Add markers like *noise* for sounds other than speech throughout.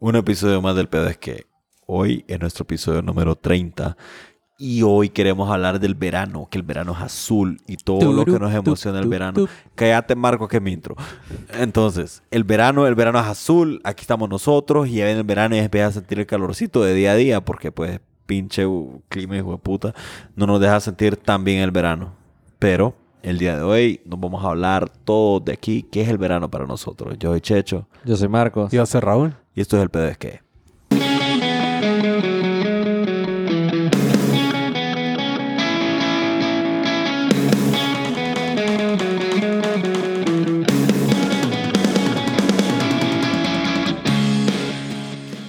Un episodio más del pedo es que hoy es nuestro episodio número 30 y hoy queremos hablar del verano, que el verano es azul y todo lo que nos emociona el verano. Cállate, Marco, que me intro. Entonces, el verano, el verano es azul, aquí estamos nosotros y ya en el verano ya empieza a sentir el calorcito de día a día porque pues pinche uh, clima hijo de puta no nos deja sentir tan bien el verano. Pero el día de hoy nos vamos a hablar todo de aquí, qué es el verano para nosotros. Yo soy Checho Yo soy Marcos. Yo soy Raúl. y esto es el pedo es que...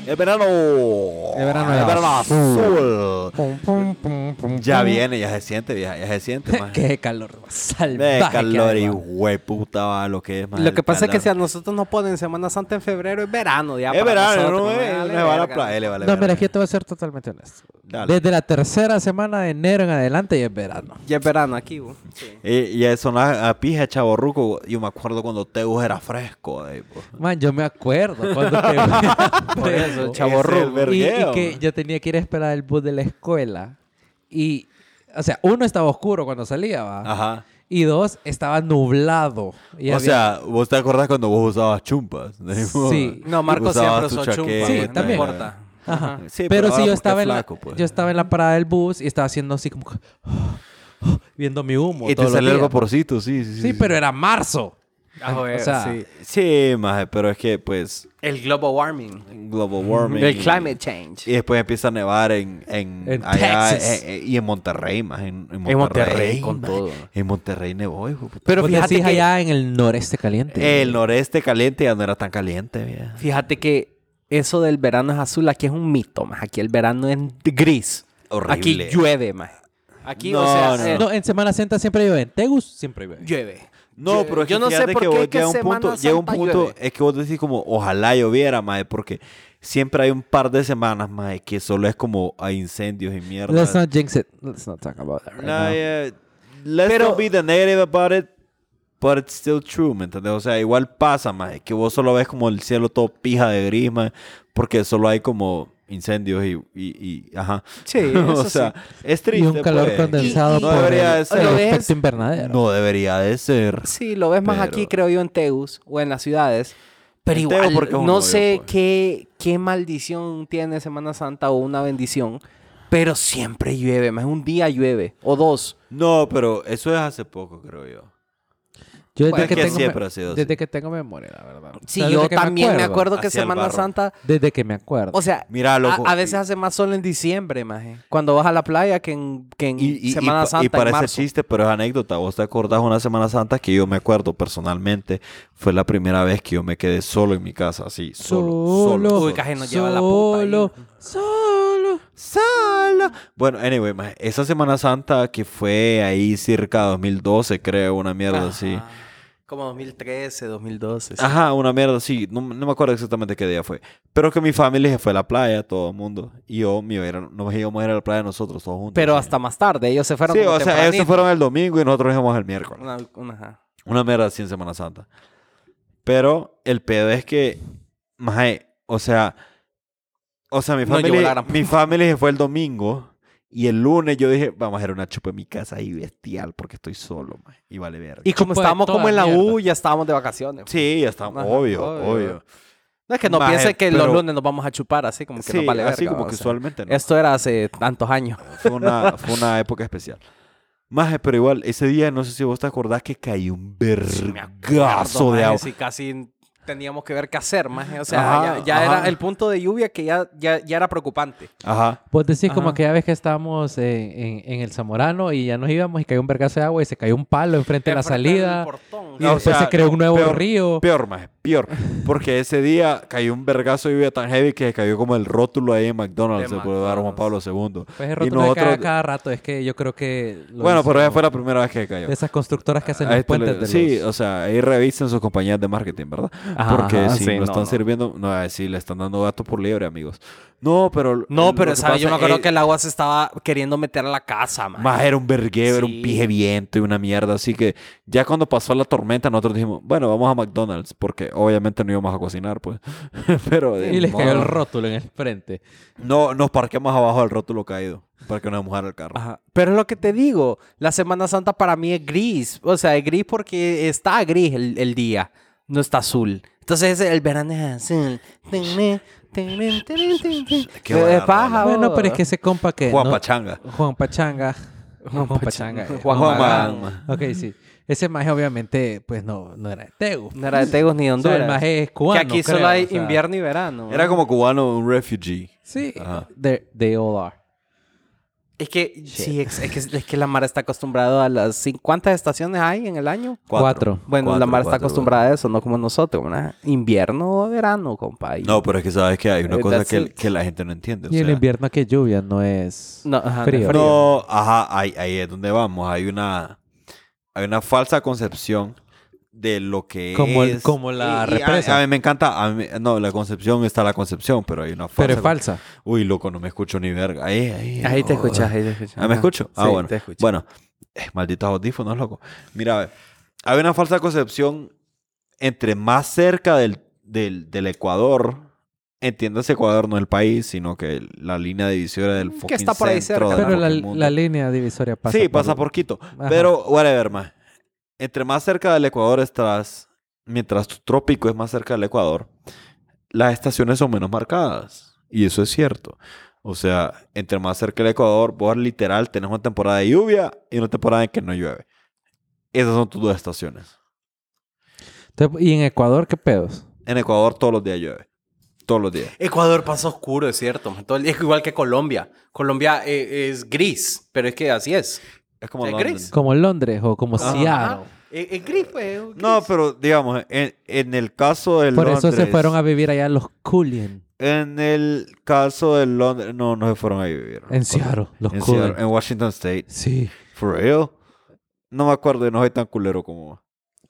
El verano. El verano El es verano azul. azul. Pum, pum, pum, pum, Ya pum. viene, ya se siente, vieja, ya se *laughs* siente, más. Qué calor más salvaje. De que calor hay, y man. hueputa va lo que es, más Lo el que pasa es que si a calor. nosotros nos ponen Semana Santa en febrero, es verano ya. Es para verano, nosotros, no me es. vale No es a la verga. playa, le vale No, pero verga. es que yo te voy a ser totalmente honesto. Dale. Desde la tercera semana de enero en adelante ya es verano. Ya es verano aquí, güey. Sí. Eh, Y eso la a pija, chaborruco. Yo me acuerdo cuando Teus era fresco. eh, po. Man, yo me acuerdo cuando *laughs* te... Por eso, Ese es el chaborro. y, y vergueo, que man. yo tenía que ir a esperar el bus de la escuela. Y, o sea, uno estaba oscuro cuando salía, ¿va? Ajá. Y dos, estaba nublado. Y o había- sea, ¿vos te acordás cuando vos usabas chumpas? *laughs* De modo, Sí. No, Marco siempre usabas tu usó chumpa. chaqueta. Sí, güey, también. No importa. Ajá. Sí, pero pero ahora si porque yo estaba, en la, flaco, pues. yo estaba en la parada del bus y estaba haciendo así como... que, *gasps* viendo mi Y humo. te todos los salió el días. vaporcito, sí, sí. Sí, pero era marzo. Ah, o joder, sea, sí. Sí, maje, pero es que, pues, El global warming. global warming. El y- climate change. Y después empieza a nevar en, en, En Texas. eh, eh, y en Monterrey, más en, en Monterrey. En Monterrey, con maje. todo. En Monterrey nevó, hijo. de puta. Pero Vos fíjate decís que- allá en el noreste caliente. El noreste caliente ya no era tan caliente, vieja. Fíjate que eso del verano es azul aquí es un mito, más. Aquí el verano es gris. Horrible. Aquí llueve, más. Aquí, No, o sea, no, eh, No, en Semana Santa siempre llueve. En Tegus siempre llueve. llueve. No, Llueve. pero es que Yo no sé fíjate por que qué vos es que llega un Semana punto, llega un Santa punto, llueve. es que vos decís como, ojalá lloviera, mae, porque siempre hay un par de semanas, mae, que solo es como hay incendios y mierda. Let's not jinx it. Let's not talk about that right No, now. yeah, let's Pero- not be the negative about it, but it's still true, ¿me entendés? O sea, igual pasa, mae, que vos solo ves como el cielo todo pija de gris, mae, porque solo hay como incendios y, y, y- ajá. *laughs* Sí, o eso sea, sí. es Y triste, un calor pues. condensado Y- y- no por debería el, de ser. el Lo ves- efecto invernadero. No debería de ser. Sí, lo ves más aquí, Pero- creo yo, en Teus o en las ciudades. Pero En Tegu igual, porque es un no hoyo, sé pues. qué, qué maldición tiene Semana Santa o una bendición, pero siempre llueve, más un día llueve, o dos. No, pero eso es hace poco, creo yo. Yo desde, Bueno, que es que tengo siempre me- ha sido así. desde que tengo memoria, la verdad. Sí, O sea, yo desde que también me acuerdo que Hacia el Semana barro. Santa, Desde que me acuerdo. o sea, Mira, loco. a, a veces hace más sol en diciembre, maje, cuando vas a la playa que en, que en Y, y- y Semana pa- y Santa. en parece marzo. chiste, pero es anécdota. Vos te acordás una Semana Santa que yo me acuerdo personalmente. Fue la primera vez que yo me quedé solo en mi casa, así, solo. Solo. Solo. solo. Uy, casi nos lleva la puta ahí. Solo, solo. Solo. Bueno, anyway, maje, esa Semana Santa que fue ahí cerca de 2012, creo, una mierda Ajá. así. Como 2013, 2012. sí. Ajá, una mierda así. No, no me acuerdo exactamente qué día fue. Pero que mi familia se fue a la playa, todo el mundo. Y yo, mi, era- nos íbamos a ir a la playa nosotros todos juntos. Pero maje. hasta más tarde, ellos se fueron Sí, como o sea, ellos se tempranito. fueron el domingo y nosotros íbamos el miércoles. Una- una- ajá. Una mierda así en Semana Santa. Pero el pedo es que, maje, o sea, o sea, mi No llegó la familia, gran puta. mi familia se fue el domingo y el lunes yo dije, vamos a hacer una chupa en mi casa ahí bestial porque estoy solo, maje, y vale verga. Y como Chupa de estábamos toda como en la U, mierda. ya estábamos de vacaciones. sí, ya está, Ajá, obvio, obvio. obvio. No es que no Maje, piense que pero- los lunes nos vamos a chupar así, como que Sí, nos vale así verga, como o que sea. usualmente no. Esto era hace tantos años. Fue *laughs* una, fue una época especial. Maje, pero igual, ese día, no sé si vos te acordás que cayó un vergazo de agua. Sí, casi teníamos que ver qué hacer, más. O sea, Ajá, ya, ya ajá. era el punto de lluvia que ya, ya, ya era preocupante. Ajá. Vos decís como Ajá. aquella vez que estábamos en, en- en el Zamorano y ya nos íbamos y cayó un vergazo de agua y se cayó un palo enfrente de la Enfrente del salida. portón, Y No, o después sea, se creó un nuevo peor- río. Peor, más, peor. Porque ese día cayó un vergazo de lluvia tan heavy que cayó como el rótulo ahí en McDonald's, De el Boulevard Juan Pablo McDonald's. II. Pues Y es rotulo de nosotros- cada, cada rato. Es que yo creo que... lo bueno, hizo pero esa fue la primera vez que cayó. De esas constructoras que hacen Ahí los te lo- puentes de este sí, los- o sea, ahí revisen sus compañías de marketing, ¿verdad? Ajá, porque ajá, si sí, lo no, están no. sirviendo, no, eh, sí, le están dando gato por liebre, amigos. No, pero. No, lo pero que ¿sabes? yo pasa me acuerdo es- que eh, el agua se estaba queriendo meter a la casa, man. Más era un vergueo, era Sí. un pije viento y una mierda. Así que ya cuando pasó la tormenta, nosotros dijimos, bueno, vamos a McDonald's, porque obviamente no íbamos a cocinar, pues. *laughs* Pero. de Y les cayó el modo- rótulo en el frente. No, nos parqueamos abajo del rótulo caído para que no mojara el carro. Ajá. Pero es lo que te digo, la Semana Santa para mí es gris. O sea, es gris porque está gris el, el día, no está azul. Entonces el verano es azul. Tené, tené, tené, tené. Qué buena Eh, paja, bueno, vos. pero es que ese compa que... Juan no- Pachanga. Juan Pachanga. Juan, Pachanga. eh. Juan Magán. Magán. Ok, sí. Ese maje obviamente, pues no, no era de Tegu. No era de Tegos ni de O sea, Honduras. el maje es cubano, que aquí solo creo, hay o sea. invierno y verano. Era ¿no? como cubano, un refugee. Sí, Ajá. they, they all are. Es que, sí, es, es que, es que la Mara está acostumbrada a las... cin- ¿Cuántas estaciones hay en el año? Cuatro. Bueno, la Cuatro, Mara está cuatro, acostumbrada a eso, no como nosotros, ¿verdad? Invierno o verano, compa. y- No, pues, pero es que sabes que hay una Eh, cosa that's que, it. que la gente no entiende. o Y el sea, invierno que lluvia no es No, ajá, no es frío. frío. No, ajá, ahí, ahí es donde vamos. Hay una, hay una falsa concepción de lo que Como el- es. como la Y- y a- represa. A, mí me encanta. a mí- no, la concepción está la concepción, pero hay una falsa. pero es falsa. Uy, loco, no me escucho ni verga. Ahí, ahí, Ahí te oh, escuchas, ahí te escuchas. Ah, ¿me escucho? Ah, Sí, bueno. te escucho. Bueno, eh, malditos audífonos, loco. Mira, a ver, hay una falsa concepción entre más cerca del, del, del Ecuador, entiéndase Ecuador no el país, sino que la línea divisoria del Que fucking está por ahí centro cerca. del Pero la, fucking mundo. la línea divisoria pasa sí, pasa por Quito. Ajá. Pero, whatever, más. Entre más cerca del Ecuador estás, mientras tu trópico es más cerca del Ecuador, las estaciones son menos marcadas. Y eso es cierto. O sea, entre más cerca del Ecuador, vos literal tenés una temporada de lluvia y una temporada en que no llueve. Esas son tus dos estaciones. Entonces, ¿Y en Ecuador qué pedos? En Ecuador todos los días llueve. Todos los días. Ecuador pasa oscuro, es cierto. Todo el- es igual que Colombia. Colombia eh, es gris, pero es que así es. Es como ¿Es Londres. gris? Como Londres o como Ah. Ajá. Seattle. Ajá. Eh, Es gris, pues. es No, gris. pero digamos, en, en el caso de Por Londres... eso se fueron a vivir allá los Cullen En el caso de Londres... No, no se fueron a vivir. en Seattle. Los en, Cullen. Seattle, en Washington State. Sí, For real. No me acuerdo y no soy tan culero como vos.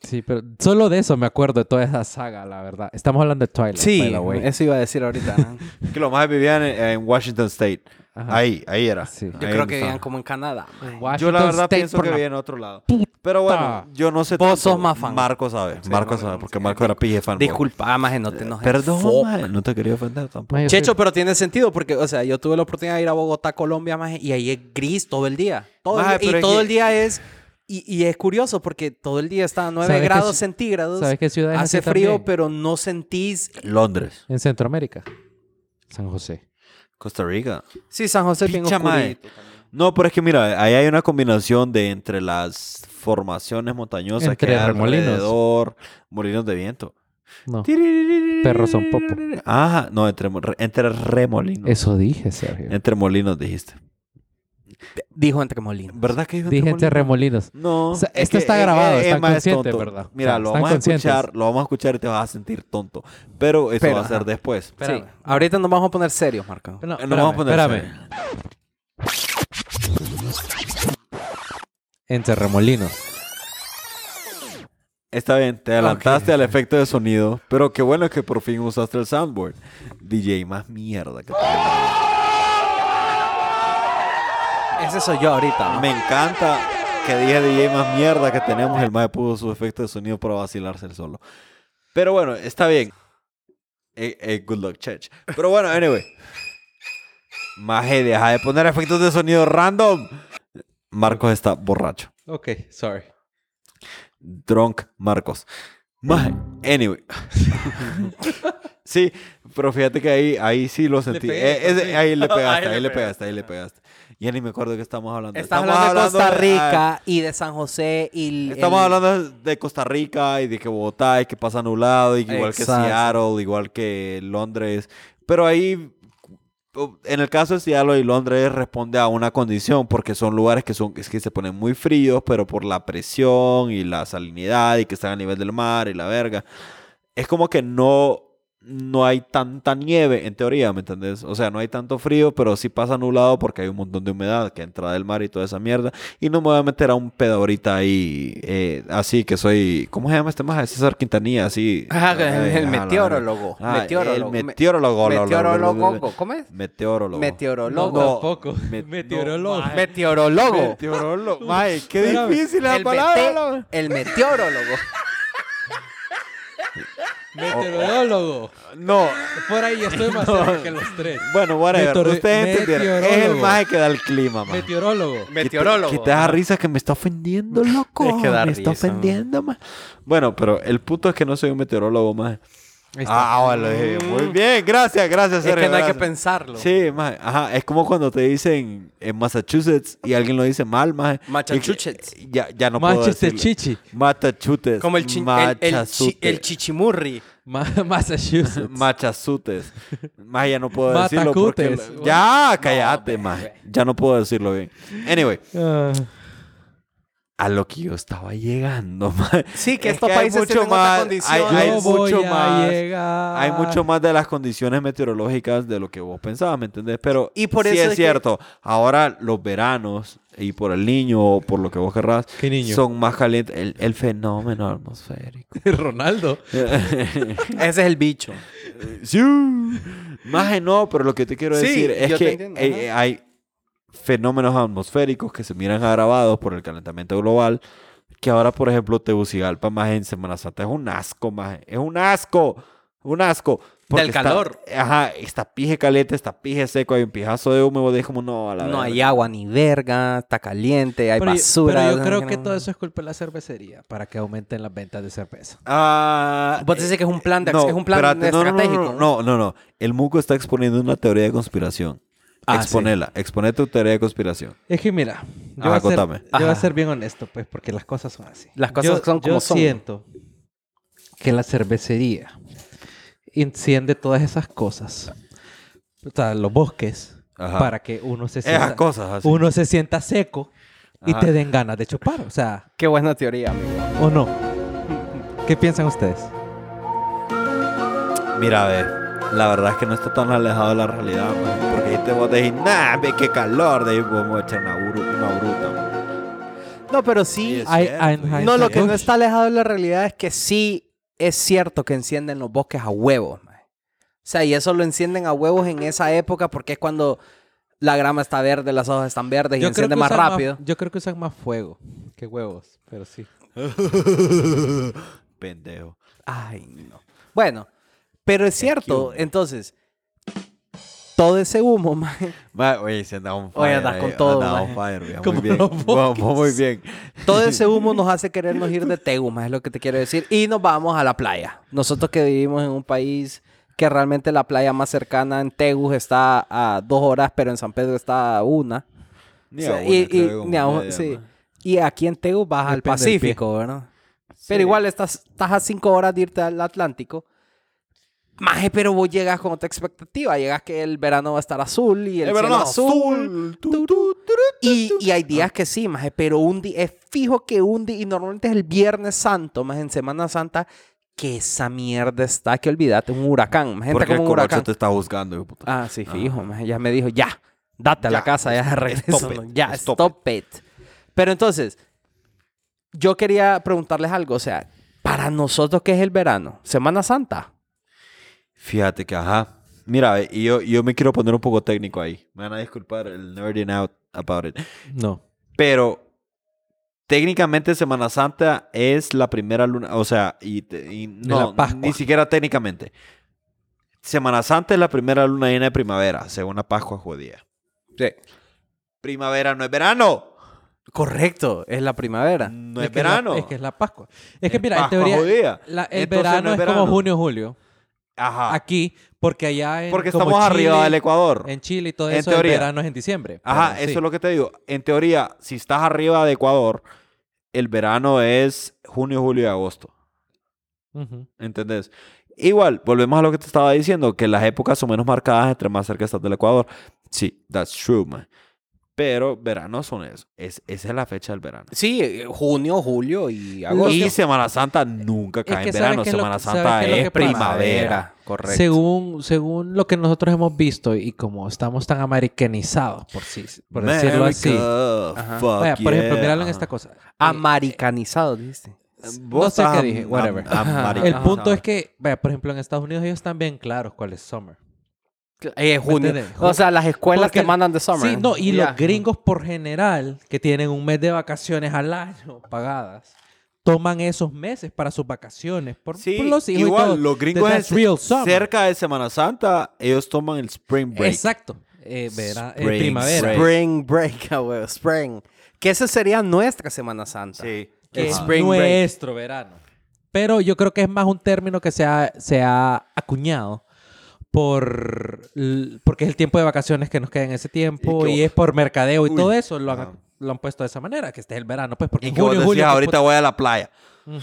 sí, pero solo de eso me acuerdo de toda esa saga, la verdad. Estamos hablando de pues, Twilight. by Sí, the way. eso iba a decir ahorita. *laughs* ¿no? Que los más vivían en, en Washington State. Ajá. Ahí, ahí era. Sí. Yo Yo Ahí creo que estaba. vivían como en Canadá. man. Yo la Washington verdad State pienso por que la- vivían en otro lado. Pero bueno, yo no sé. Vos tanto. sos más fan. Marco sabe. Sí, Marco Marco, sabe, porque sí. Marco era pije fan. Disculpa, más no te No, enojes. Perdón, Fuck. mae, no te quería ofender tampoco. Ma, yo soy- Checho, pero tiene sentido porque, o sea, yo tuve la oportunidad de ir a Bogotá, Colombia, maje, y ahí es gris todo el día. Todo el Maje, día- pero y es todo que- el día es... Y, y es curioso porque todo el día está a 9 ¿Sabes qué grados ci- centígrados. ¿Sabes qué ciudad es Hace así frío, también? pero no sentís... Londres. En Centroamérica. San José. Costa Rica. Sí, San José es bien Picha, mae. oscurito. No, pero es que mira, ahí hay una combinación de entre las formaciones montañosas que Entre hay remolinos. alrededor, molinos de viento. No. Perros son popo. Ajá, no, entre, mo- re- entre remolinos. Eso dije, Sergio. Entre molinos dijiste. Dijo entre molinos. ¿Verdad que dijo Dije entre remolinos? remolinos. No. O sea, es esto que, está eh, grabado, eh, están Emma es conscientes, tonto. ¿verdad? Mira, O sea, lo están vamos a escuchar, conscientes. lo vamos a escuchar y te vas a sentir tonto. Pero eso Pero, va a ser ajá. después. Sí. Ahorita nos vamos a poner serios, Marco. No, Eh, nos vamos a poner espérame. serio. Entre remolinos. Está bien, te adelantaste al efecto de sonido, pero qué bueno que por fin usaste el soundboard. DJ más mierda que te- Ese soy yo ahorita. Me encanta que dije DJ más mierda que tenemos. El más puso su efecto de sonido para vacilarse el solo. Pero bueno, está bien. Eh, eh, good luck, church. Pero bueno, anyway. Maje, deja de poner efectos de sonido random. Marcos está borracho. Ok, sorry. Drunk Marcos. Maje, anyway. *laughs* sí, pero fíjate que ahí, ahí sí lo sentí. pegué, Eh, ese- ahí le *laughs* Ahí pegaste, le ahí le pegaste. pegaste, ahí le pegaste. Ya ni me acuerdo de qué estamos hablando. Estás Estamos hablando de ah, Costa hablando de- Rica y de San José y... el- Estamos el- hablando de Costa Rica y de que Bogotá y que pasa nublado, y que igual que Exacto. Seattle, igual que Londres. Pero ahí, o- en el caso de Seattle y Londres, responde a una condición, porque son lugares que, son, es que se ponen muy fríos, pero por la presión y la salinidad y que están a nivel del mar y la verga. Es como que no, no hay tanta nieve, en teoría, ¿me entendés? O sea, no hay tanto frío, pero sí pasa nublado porque hay un montón de humedad que entra del mar y toda esa mierda. Y no me voy a meter a un pedo ahorita ahí, eh, así que soy, ¿cómo se llama este más? César Quintanilla, así. *laughs* Ah, el- Eh, el ah, la meteorólogo, verga. Ah, meteorólogo, me- El meteorólogo. lo- lo- lo- lo- lo- Meteorólogo, ¿cómo es? Meteorólogo. Meteorólogo. No, tampoco. me- no, Meteorólogo. maje. Meteorólogo. Meteorólogo. Mae, qué Espérame. difícil la el, mete- palabra. loco. el meteorólogo. Meteorólogo. No. Por ahí *laughs* estoy más cerca que los tres. Bueno, whatever. Meteoro- Ustedes entendieron. Es el meteorólogo. mae que da el clima, mae. Meteorólogo. *laughs* Meteorólogo. Que te da risa que me está ofendiendo, loco. Es que da me está risa, ofendiendo, más. Bueno, pero el punto es que no soy un meteorólogo, más. Ahí está. Ah, bueno, dije, muy bien, gracias, gracias, Es que Sergio, no hay que gracias. pensarlo. Sí, más. Ajá, es como cuando te dicen en Massachusetts y alguien lo dice mal, más. Massachusetts. Ya, ya no Manchester puedo decirlo. Chichi. Massachusetts. Como el, chi- el, el chi- el Massachusetts. chichimurri. Ma- *laughs* Massachusetts. Machazutes. Más ya no *laughs* puedo decirlo porque... Matacutes. lo- Ya, cállate, más. Ya no puedo decirlo bien. Anyway. Ah. a lo que yo estaba llegando. *laughs* mae. Sí, que Es estos que hay países mucho tienen más, otra hay- condición. hay- Yo voy mucho a más. llegar. Hay Ah. mucho más de las condiciones meteorológicas de lo que vos pensabas, ¿me entendés? Pero Y por sí eso es, es que- cierto. Ahora los veranos, y por el niño o por lo que vos querrás, ¿Qué niño? *laughs* son más calientes. El, el fenómeno atmosférico. *laughs* Ronaldo. Ese es el bicho. Sí. Más que no, pero lo que te quiero Sí, decir es yo te que entiendo, eh, eh, hay fenómenos atmosféricos que se miran agravados por el calentamiento global. Que ahora, por ejemplo, Tegucigalpa, más en Semana Santa, es un asco, más. Es un asco. Un asco. Del está- calor. ajá, está pije caliente, está pije seco, hay un pijazo de humo y vos decís como no, a la No verga. hay agua ni verga, está caliente, hay Pero yo- basura. Pero yo creo que todo eso es culpa de la cervecería para que aumenten las ventas de cerveza. Ah, Vos decís que es un plan de- es un plan no, no, no, estratégico, No, ¿no? no, no, no. El Muco está exponiendo una teoría de conspiración. Ah, sí. Exponela, expone tu teoría de conspiración. Es que mira, yo, Ajá, voy, a ser, Ah, contame. yo voy a Ajá. ser bien honesto, pues, porque las cosas son así. Las cosas Yo- son como yo son. siento que la cervecería enciende todas esas cosas, o sea, los bosques, Ajá. para que uno se Esas sienta, cosas así. uno se sienta seco y Ajá. te den ganas de chupar, o sea, Qué buena teoría, amigo. ¿o no? ¿Qué piensan ustedes? Mira, a ver, la verdad es que no está tan alejado de la realidad, man, porque ahí te vos decís, nah, ve qué calor, de ahí vamos a echar una, bru- una bruta. man". No, pero sí. Sí, es I- cierto, I'm y es hindsight No, lo que no coach. está alejado de la realidad es que sí es cierto que encienden los bosques a huevos. mae. O sea, y eso lo encienden a huevos en esa época porque es cuando la grama está verde, las hojas están verdes y Yo creo encienden que más usan rápido. yo creo que usan más fuego que huevos, pero sí. *laughs* Pendejo. Ay, no. Bueno, pero es cierto. Entonces, todo ese humo, *laughs* mae, Ma, oye, se andaba un fire. Oye, andas ahí, con todo, andaba man. on fire, mira, Como muy bien. *laughs* los Vamos, muy bien. todo ese humo nos hace querernos ir de Tegu, mae, es lo que te quiero decir. Y nos vamos a la playa. Nosotros que vivimos en un país que realmente la playa más cercana en Tegu está a dos horas, pero en San Pedro está a una. Ni O sea, a una, y, y- creo, como ni a un- media, sí. man. Y aquí en Tegu vas al Depende del pie. Pacífico, ¿verdad? Sí. Pero igual estás, estás a cinco horas de irte al Atlántico. Maje, pero vos llegas con otra expectativa. Llegas que el verano va a estar azul y el, El cielo verano azul. azul. tu, tu, tu, Y, y hay días que sí, maje, pero un día es fijo que un día, y normalmente es el Viernes Santo, más en Semana Santa, que esa mierda está, que olvídate, un huracán, maje, entra Porque el como un corocho huracán. te está juzgando, hijo de puta. Ah, sí, Ah. fijo, maje, ya me dijo, ya, date a la Ya, casa, ya regreso, stop it, ¿no? ya, stop stop, it. Pero entonces, yo quería preguntarles algo, o sea, para nosotros, ¿qué es el verano? Semana Santa. Fíjate que, ajá. Mira, y yo, yo me quiero poner un poco técnico ahí. Me van a disculpar el nerding out about it. No. Pero técnicamente Semana Santa es la primera luna, o sea, y, te- y no, la Pascua. ni siquiera técnicamente. Semana Santa es la primera luna llena de primavera, según la Pascua judía. Sí. Primavera no es verano, Correcto, es la primavera. no es, que la- verano. es que es la Pascua. Es que mira, Pascua en teoría, judía. la- el Entonces, no verano es es verano. como junio, julio. Ajá. Aquí, porque allá en porque como estamos arriba Chile, del Ecuador. En Chile y todo En eso, el teoría. verano es en diciembre. Ajá, Pero eso sí. es lo que te digo. En teoría, si estás arriba de Ecuador, el verano es junio, julio y agosto. Ujú. ¿Entendés? Igual, volvemos a lo que te estaba diciendo, que las épocas son menos marcadas entre más cerca estás del Ecuador. Sí, that's true, man. Pero verano son eso. Es, esa es la fecha del verano. Sí, eh, junio, julio y agosto. Y Semana Santa nunca que cae en ¿sabes verano. qué Eh, es lo Semana que- sabes Santa qué es lo es, que pasa? primavera. correcto. Según, según lo que nosotros hemos visto y como estamos tan americanizados, por, sí, por decirlo así. America, Ajá. fuck Vaya, por ejemplo, yeah. míralo en Ajá. esta cosa. Americanizado, ¿viste? Vos no sé estás qué am- dije, am- whatever. americanizado. El punto es que, vaya, por ejemplo, en Estados Unidos ellos están bien claros cuál es summer. Eh, junio. ¿Me entendés? O sea, las escuelas Porque- te mandan de summer. Sí, no, y Ya. los gringos por general, que tienen un mes de vacaciones al año pagadas, toman esos meses para sus vacaciones por, Sí, por Pues los hijos y todo. igual, los gringos That's en- real summer. cerca de Semana Santa, ellos toman el spring break. Exacto. Eh, vera- eh, Spring primavera. break. Spring break, *laughs* ah, güey, Spring. Que esa sería nuestra Semana Santa. Sí. que Ajá. es Spring break. nuestro verano. Pero yo creo que es más un término que se ha, se ha acuñado por l- porque es el tiempo de vacaciones que nos queda en ese tiempo Y y, que- es por mercadeo y Uy. todo eso lo Ajá. han, lo han puesto de esa manera, que este es el verano, pues porque Y en que vos junio, decías, julio, ahorita voy a la playa. Ujú.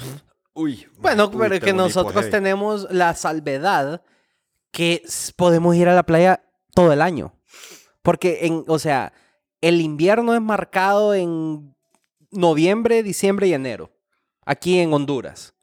Uy. Bueno, uy, pero te es que volví nosotros por ahí. tenemos la salvedad que s- podemos ir a la playa todo el año. Porque, en, o sea, el invierno es marcado en noviembre, diciembre y enero. Aquí en Honduras.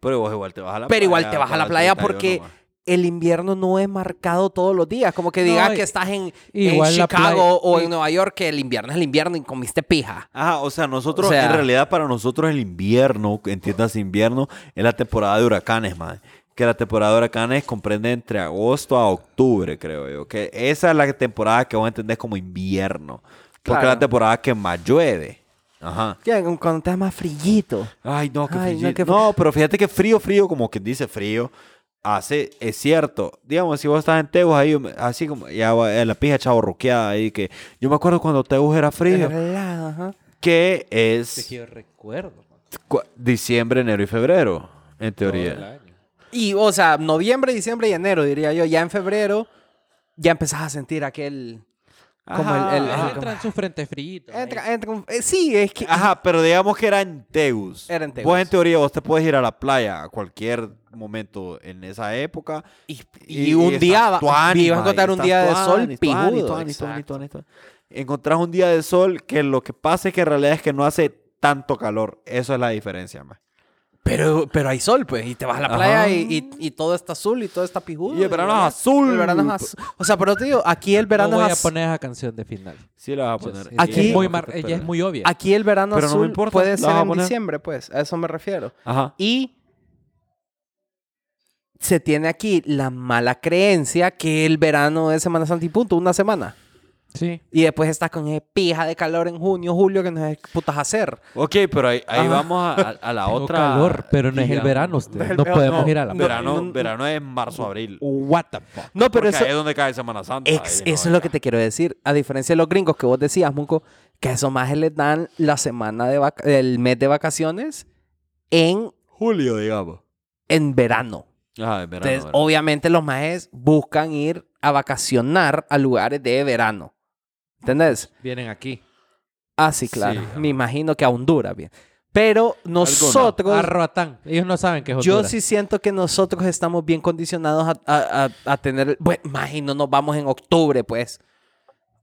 Pero vos igual te vas a la playa. Pero igual te vas a la para playa 31 porque- nomás. El invierno no es marcado todos los días. Como que No, digas y- que estás en, en igual la playa- Chicago o y- en Nueva York, que el invierno es el invierno y comiste pija. Ajá, o sea, nosotros, O sea- en realidad, para nosotros el invierno, entiendas invierno, es la temporada de huracanes, man. Que la temporada de huracanes comprende entre agosto a octubre, creo yo. Que esa es la temporada que vos entendés como invierno. Porque Claro. es la temporada que más llueve. Ajá. Ya, cuando te da más frillito. Ay, no, qué Ay, no, frío. No, qué fr- pero fíjate que frío, frío, como quien dice frío, hace, es cierto. Digamos, si vos estás en Tegus ahí, así como, ya va- en la pija chaborruqueada ahí, que yo me acuerdo cuando Tegus era frío, Relajado, ajá. que Es es que yo recuerdo. man, cua- diciembre, enero y febrero, en todo el teoría. año. Y, o sea, noviembre, diciembre y enero, diría yo. Ya en febrero, ya empezás a sentir aquel... Como el- el- Ajá. el- Entra en su frente frío. Entra, entra un- eh, sí, es que... Ajá, pero digamos que era en Tegus. Era en Vos Tegus. en teoría vos te puedes ir a la playa a cualquier momento en esa época. Y, y un día va- y vas a encontrar un día de sol pijudo. Exacto. Encontrás un día de sol que lo que pasa es que en realidad es que no hace tanto calor. Eso es la diferencia, más. Pero, pero hay sol, pues, y te vas a la Ajá. playa y, y- y todo está azul y todo está pijudo. Y el verano es ¿verdad? azul. El verano es azul. O sea, pero te digo, aquí el verano No voy es a azul. poner esa canción de final. Sí, la vas a Yo poner. sé, Aquí- es muy mar- ella es muy obvia. Aquí el verano Pero no me azul importa, la puede vas ser a en poner. diciembre, pues, a eso me refiero. Ajá. Y se tiene aquí la mala creencia que el verano es Semana Santa y punto, una semana. Sí. Y después estás con esa pija de calor en junio, julio, que no es putas hacer. Ok, pero ahí, ahí Ajá. vamos a, a- a la *laughs* Tengo otra. calor, pero no es el digamos, *laughs* verano, usted. no es el No verano, podemos ir a la no, playa. verano. No, no, verano es marzo, abril. What the fuck. No, pero Porque eso, ahí es donde cae Semana Santa. ex- ahí, ¿no? eso es lo que te quiero decir. A diferencia de los gringos que vos decías, Munco, que a esos majes les dan la semana de vac- el mes de vacaciones en, Julio, digamos. en verano. Ajá, en verano. Entonces, verano. obviamente los majes buscan ir a vacacionar a lugares de verano. ¿Entendés? Vienen aquí. Ah, sí, claro. Sí, ajá. Me imagino que a Honduras, bien. Pero nosotros, A Roatán. Ellos no saben que es yo Honduras. sí siento que nosotros estamos bien condicionados a, a- a- a tener... Bueno, imagino, nos vamos en octubre, pues,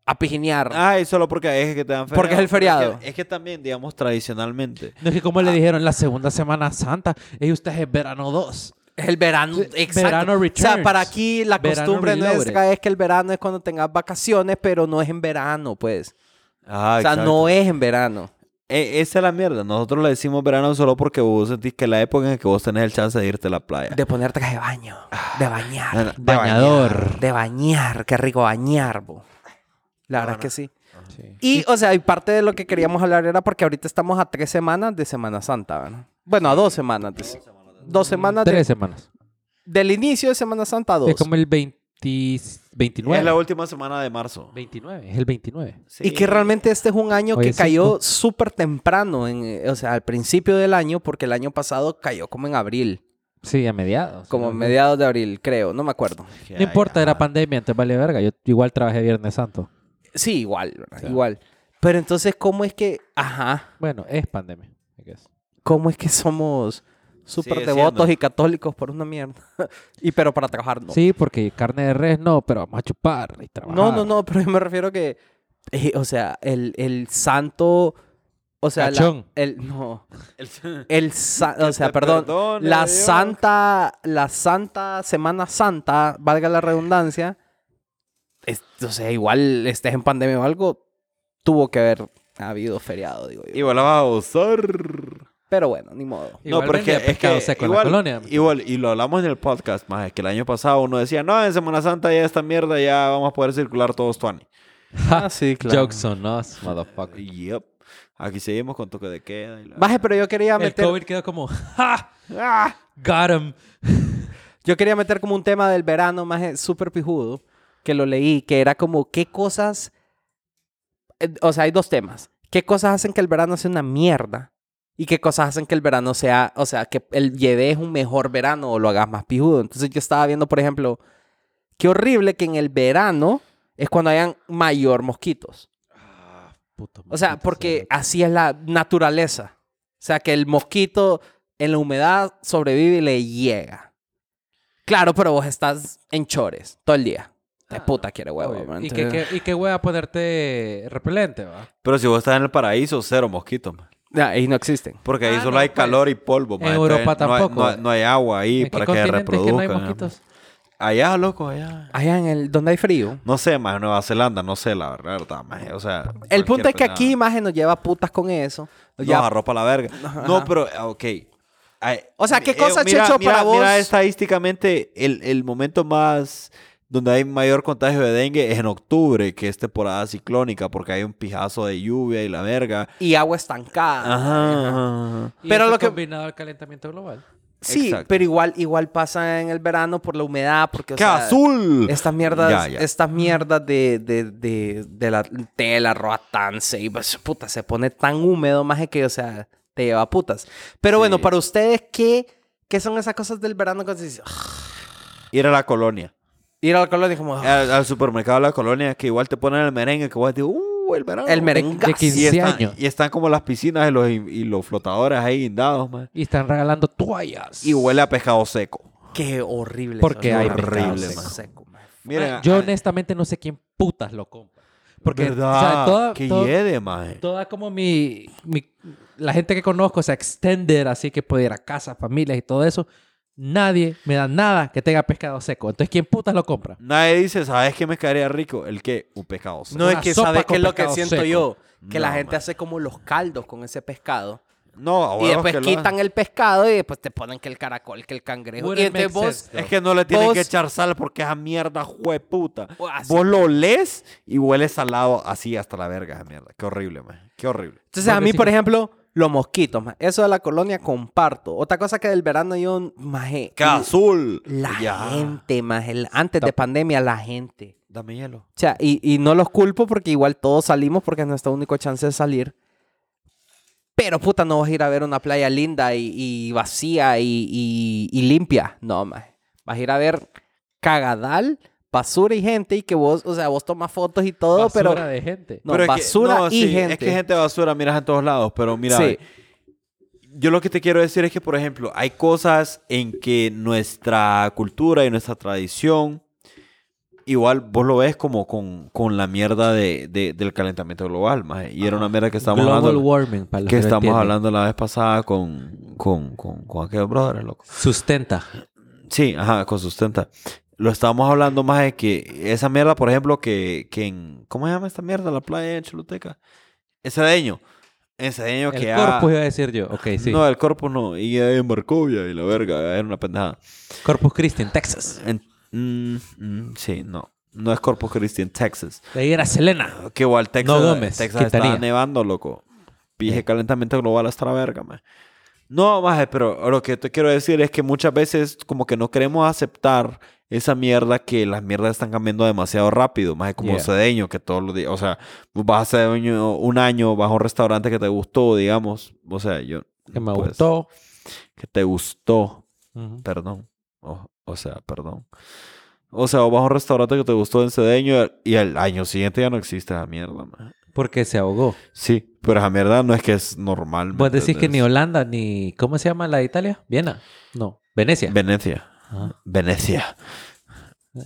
a pijinear. Ah, Ay, solo porque Ah, es que te dan feriado. Porque es el feriado. Es que, es que también, digamos, tradicionalmente. No es que como le dijeron la segunda semana santa, y usted es verano 2. Es el verano, Ve- exacto. verano O sea, returns. para aquí la Verano costumbre reloaded. nuestra es que el verano es cuando tengas vacaciones, pero no es en verano, pues. Ah, o sea, exacto. no es en verano. E- esa es la mierda. Nosotros le decimos verano solo porque vos sentís que es la época en que vos tenés el chance de irte a la Eh. playa. De poner traje de baño, de bañar. Ah, no, de Bañador. bañar, De bañar, qué rico bañar, bo. La verdad es que sí. Sí. Y, o sea, y parte de lo que queríamos hablar era porque ahorita estamos a tres semanas de Semana Santa, ¿verdad? Bueno, a dos semanas. de- dos semanas de- Tres semanas. del inicio de Semana Santa a dos. Es como el 20 29. Es la última semana de marzo. 29, es el 29. Y que realmente este es un año Hoy que es cayó cinco. súper temprano, en, eh, o sea, al principio del año, porque el año pasado cayó como en abril, Sí, a mediados. como ¿no? mediados de abril, creo, no me acuerdo. No importa, era pandemia, entonces vale verga. Yo igual trabajé Viernes Santo. Sí, igual, ¿verdad? Claro. igual. Pero entonces, ¿cómo es que, ajá, Bueno, es pandemia. I guess. cómo es que somos súper Sigue devotos siendo. y católicos por una mierda? *laughs* y pero para trabajar no. Sí, porque carne de res no, pero vamos a chupar y trabajar. no, no, no, pero yo me refiero que eh, o sea, el, el santo, o sea, la- Cachón. el, no, el, *laughs* *laughs* sa- o sea, te perdón, perdone, la Dios. santa, la santa Semana Santa, valga la redundancia, es- o sea, igual estés en pandemia o algo, tuvo que haber habido feriado, digo yo. Igual la vas a usar. Pero bueno, ni modo. No, pero es que, es que igual, *laughs* igual, y lo hablamos en el podcast, más es que el año pasado uno decía, no, en Semana Santa ya esta mierda, ya vamos a poder circular todos tuani. Ah, sí, *laughs* claro. Jokes on us, motherfucker. Yep. Aquí seguimos con toque de queda. y la- Baje, pero yo quería El meter... COVID quedó como, *laughs* ¡ja! ¡Ah! Got him. Yo quería meter como un tema del verano más eh, súper pijudo, que lo leí, que era como qué cosas, eh, o sea, hay dos temas. ¿Qué cosas hacen que el verano sea una mierda? ¿Y qué cosas hacen que el verano sea, o sea, que el lleves un mejor verano o lo hagas más pijudo? Entonces yo estaba viendo, por ejemplo, qué horrible que en el verano es cuando hayan mayor mosquitos. Puto O sea, maldito porque cerebro. así es la naturaleza. O sea, que el mosquito en la humedad sobrevive y le llega. Claro, pero vos estás en chores todo el día. De Ah, puta quiere huevo, Obvio. man. ¿Y qué, qué- y qué hueva ponerte repelente, va? Pero si vos estás en el paraíso, cero mosquitos, man. Ah, y no existen. Porque ahí Ah, solo no, hay pues. calor y polvo, En Europa no hay- tampoco. No hay, no hay agua ahí ¿En para qué que continente es que no hay reproduzcan. mosquitos? Allá, loco, allá. Allá en el donde hay frío. No sé, más Nueva Zelanda, no sé, la verdad, más O sea, El punto es que cualquier aquí imagen nos lleva putas con eso. Nos Ya- arropa la verga. No, pero, ah, ok. Ay, O sea, ¿qué eh, cosa, mira, Checho, mira- para vos? Mira, estadísticamente, el, el momento más donde hay mayor contagio de dengue es en octubre, que es temporada ciclónica, porque hay un pijazo de lluvia y la verga. y agua estancada. Ajá. Y Pero eso lo que- combinado al calentamiento global. Sí, Exacto. pero igual, igual pasa en el verano por la humedad, porque o ¡Qué sea, azul! Estas mierdas, Ya, ya. estas mierdas de, de, de, de la tela, roatance y pues, puta, se pone tan húmedo más que, o sea, te lleva a putas. Pero bueno, Sí. para ustedes, ¿qué, ¿qué son esas cosas del verano? Que dices, "Ugh", Ir a la colonia. ir al colonia y como, "Ah, "Ugh". Al, al supermercado de la colonia, que igual te ponen el merengue, que vos decís, ¡uh, el verano! el merengue. de 15 Y están, años. y están como las piscinas y los, y los flotadores ahí guindados, man. Y están regalando toallas. Y huele a pescado seco. Eh, Qué horrible. Porque eso, hay horrible, pescado man. seco. Seco, man. Miren, Yo ah, honestamente no sé quién putas lo compra. Porque, ¿verdad? o sea, toda, que toda- lleve, maje. toda como mi, mi- La gente que conozco, o sea, extender, así que puede ir a casa, familias y todo eso. Nadie me da nada que tenga pescado seco. Entonces, ¿quién putas lo compra? Nadie dice, ¿sabes qué me quedaría rico? El que un pescado seco. No, Una es que sopa sabes con qué es lo que pescado siento seco. yo. Que la No, gente man. hace como los caldos con ese pescado. No, a Y huevos después que lo quitan hacen. el pescado y después te ponen que el caracol, que el cangrejo. Wouldn't Y entonces make vos, sense, Es que no le tienen Vos- que echar sal porque esa mierda jueputa. O Pues, así. Vos lo lees y huele salado así hasta la verga esa mierda. Qué horrible, maje. Qué horrible. Entonces, a Porque mí, sí por que- ejemplo, los mosquitos, ma. eso de la colonia comparto. Otra cosa que del verano yo, maje, ¡Qué azul! la Ya. gente, maje, el- antes de pandemia, la gente. Dame hielo. O sea, y, y no los culpo porque igual todos salimos porque es nuestra única chance de salir. Pero puta, no vas a ir a ver una playa linda y, y vacía y, y- y limpia. No, maje. Vas a ir a ver cagadal, basura y gente y que vos, o sea, vos tomas fotos y todo, Basura pero... de gente. No, basura no, y sí, gente. Es que gente basura miras en todos lados, pero mira, Sí. ve, yo lo que te quiero decir es que, por ejemplo, hay cosas en que nuestra cultura y nuestra tradición, igual vos lo ves como con, con la mierda de, de- del calentamiento global, maje. y era una mierda que estábamos Global hablando. warming, para los Que no estamos entienden. hablando la vez pasada con, con, con, con aquellos brothers, loco. Sustenta. Sí, ajá, con sustenta. Lo estábamos hablando más de que esa mierda, por ejemplo, que, que en. ¿Cómo se llama esta mierda? La playa en Choluteca. En Cedeño. En Cedeño El que corpus ha- iba a decir yo. Ok, sí. No, el Corpus no. Y en Marcovia y la verga. Era una pendejada. Corpus Christi en Texas. En- mm, mm, sí, no. No es Corpus Christi en Texas. De ahí era Selena. Que igual Texas, No, Gómez, Texas Quintanilla. está nevando, loco. Eh. Pije calentamiento global hasta la verga, man. No, maje, pero lo que te quiero decir es que muchas veces como que no queremos aceptar esa mierda que las mierdas están cambiando demasiado rápido, maje, como Yeah. Cedeño, que todos los días, o sea, vos vas a Cedeño un año, vas a un restaurante que te gustó, digamos, o sea, yo... Que me pues, gustó. Que te gustó, Ujú. perdón. O, o sea, perdón. O sea, vos vas a un restaurante que te gustó en Cedeño y al año siguiente ya no existe esa mierda, maje. Porque se ahogó. Sí, pero esa mierda no es que es normal. ¿me Vos decís que ni entendés? Holanda ni. ¿Cómo se llama la de Italia? Viena. No. Venecia. Venecia. Ah. Venecia.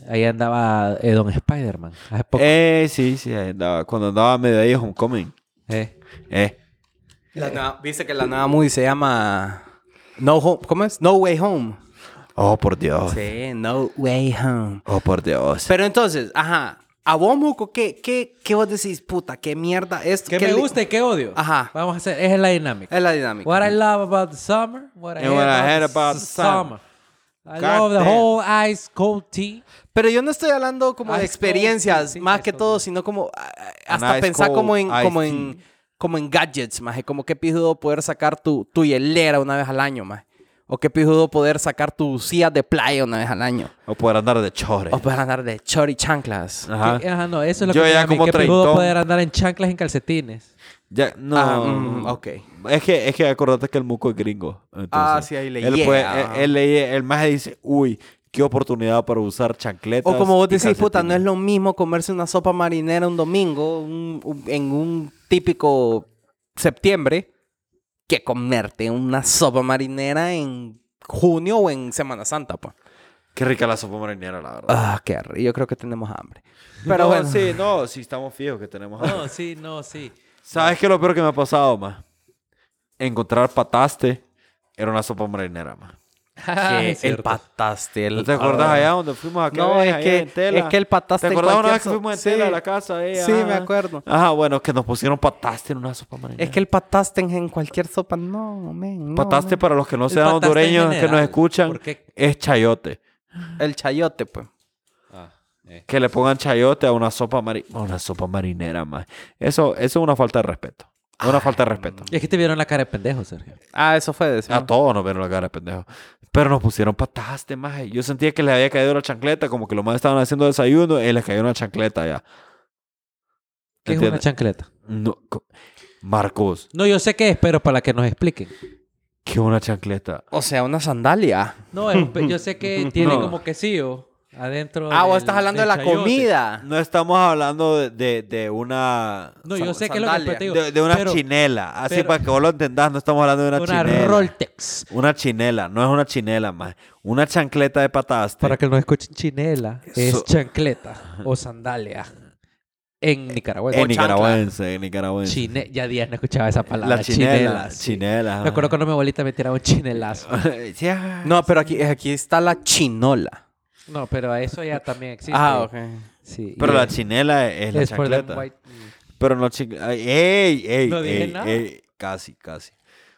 Ahí andaba eh, Don Spider-Man. Hace poco. Eh, sí, sí. ahí andaba- cuando andaba medio ahí en Homecoming. Eh, Eh. La nueva- Viste que la nueva movie se llama No Home. ¿Cómo es? No Way Home. Oh, por Dios. Sí, No Way Home. Oh, por Dios. Pero entonces, ajá. A vos, Moco, ¿qué, qué, ¿qué vos decís? Puta, qué mierda esto. ¿Qué ¿Qué me le- gusta y qué odio? Ajá. Vamos a hacer. Esa es la dinámica. Es la dinámica. What I love about the summer. What I, And Eh, what I hate hate about, about the the summer. summer. I God love the damn. whole ice cold tea. Pero yo no estoy hablando como de Ice cold, experiencias, Ah, sí, sí, más ice que cold, todo, sí. sino como ah, ah, An hasta ice pensar cold como en, iced como tea. en, como en gadgets, más como qué pijudo poder sacar tu, tu hielera una vez al año, más. O qué pijudo poder sacar tus sillas de playa una vez al año. O poder andar de chore. O poder andar de chori chanclas. Ajá. Que- eh, ajá, no, eso es lo Yo que me ya da a mí, como que pijudo treintón. poder andar en chanclas y *laughs* en calcetines. Ya, no. Ah, mm, ok. Es que, es que acordate que el muco es gringo. Ah, entonces, sí, ahí leí. Él, Yeah. puede- él, él leí- el maje dice, uy, qué oportunidad para usar chancletas. O como vos y decís, puta, no calcetines". es lo mismo comerse una sopa marinera un domingo un- un- en un típico septiembre que comerte una sopa marinera en junio o en Semana Santa, pues. Qué rica la sopa marinera, la verdad. Ah, qué rico. Yo creo que tenemos hambre. Pero no, bueno. sí, no, sí, estamos fijos que *laughs* tenemos hambre. No, Oh, sí, no, sí. ¿Sabes qué es lo peor que me ha pasado, ma? Encontrar pataste era una sopa marinera, ma. *laughs* que el Es cierto. pataste. el- Ah, ¿No te acordás Ah. allá donde fuimos a aquella No, vez, es allá que- en Tela? es que el pataste ¿Te en acordás una cualquier vez que so- fuimos en Sí. Tela a la Ah. casa? ahí? Sí, Ajá. me acuerdo. Ajá, bueno, que nos pusieron pataste en una sopa marinera. Es que el pataste en- en cualquier sopa, no, men. no, Pataste men. para los que no El sean pataste en hondureños que nos general, escuchan, porque- es chayote. El chayote, pues. Que le pongan chayote a una sopa mari- a una sopa marinera más. Eso, eso es una falta de respeto. Es Ah, Una falta de respeto. Y es que te vieron la cara de pendejo, Sergio. Ah, eso fue de eso. A todos nos vieron la cara de pendejo. Pero nos pusieron pataste más. Yo sentía que les había caído la chancleta, como que los más estaban haciendo desayuno y les cayó una chancleta ya. ¿Qué es una ¿Entiendes? chancleta? No, co- Marcos, No, yo sé qué es, pero para que nos expliquen. ¿qué es una chancleta? O sea, una sandalia. No, *laughs* el pe- yo sé que tiene No. como quesillo adentro. Ah, vos del- estás hablando de la del chayote. comida. No estamos hablando de, de- de una... No, yo San- sé que es lo que sandalia. después te digo. De, de una pero chinela. Así pero- para que vos lo entendás, no estamos hablando de una, Una chinela. Roltex. Una chinela, no es una chinela más. Una chancleta de pataste. Para que nos escuchen, chinela es Eso. chancleta o sandalia en Nicaragua. En nicaragüense, en nicaragüense. Chine- ya días no escuchaba esa palabra. la chinela. chinelas. Chinela. ah. Me acuerdo cuando mi abuelita me tiraba un chinelazo. *laughs* Sí, ah. ajá. No, pero aquí, aquí está la chinola. No, pero eso ya también existe. ah, ok. Sí, Pero y la es- chinela es la es por chancleta. la white- Pero no chin- ay, ¡Ey! ¡Ey! No dije ey, nada. ey, casi, casi.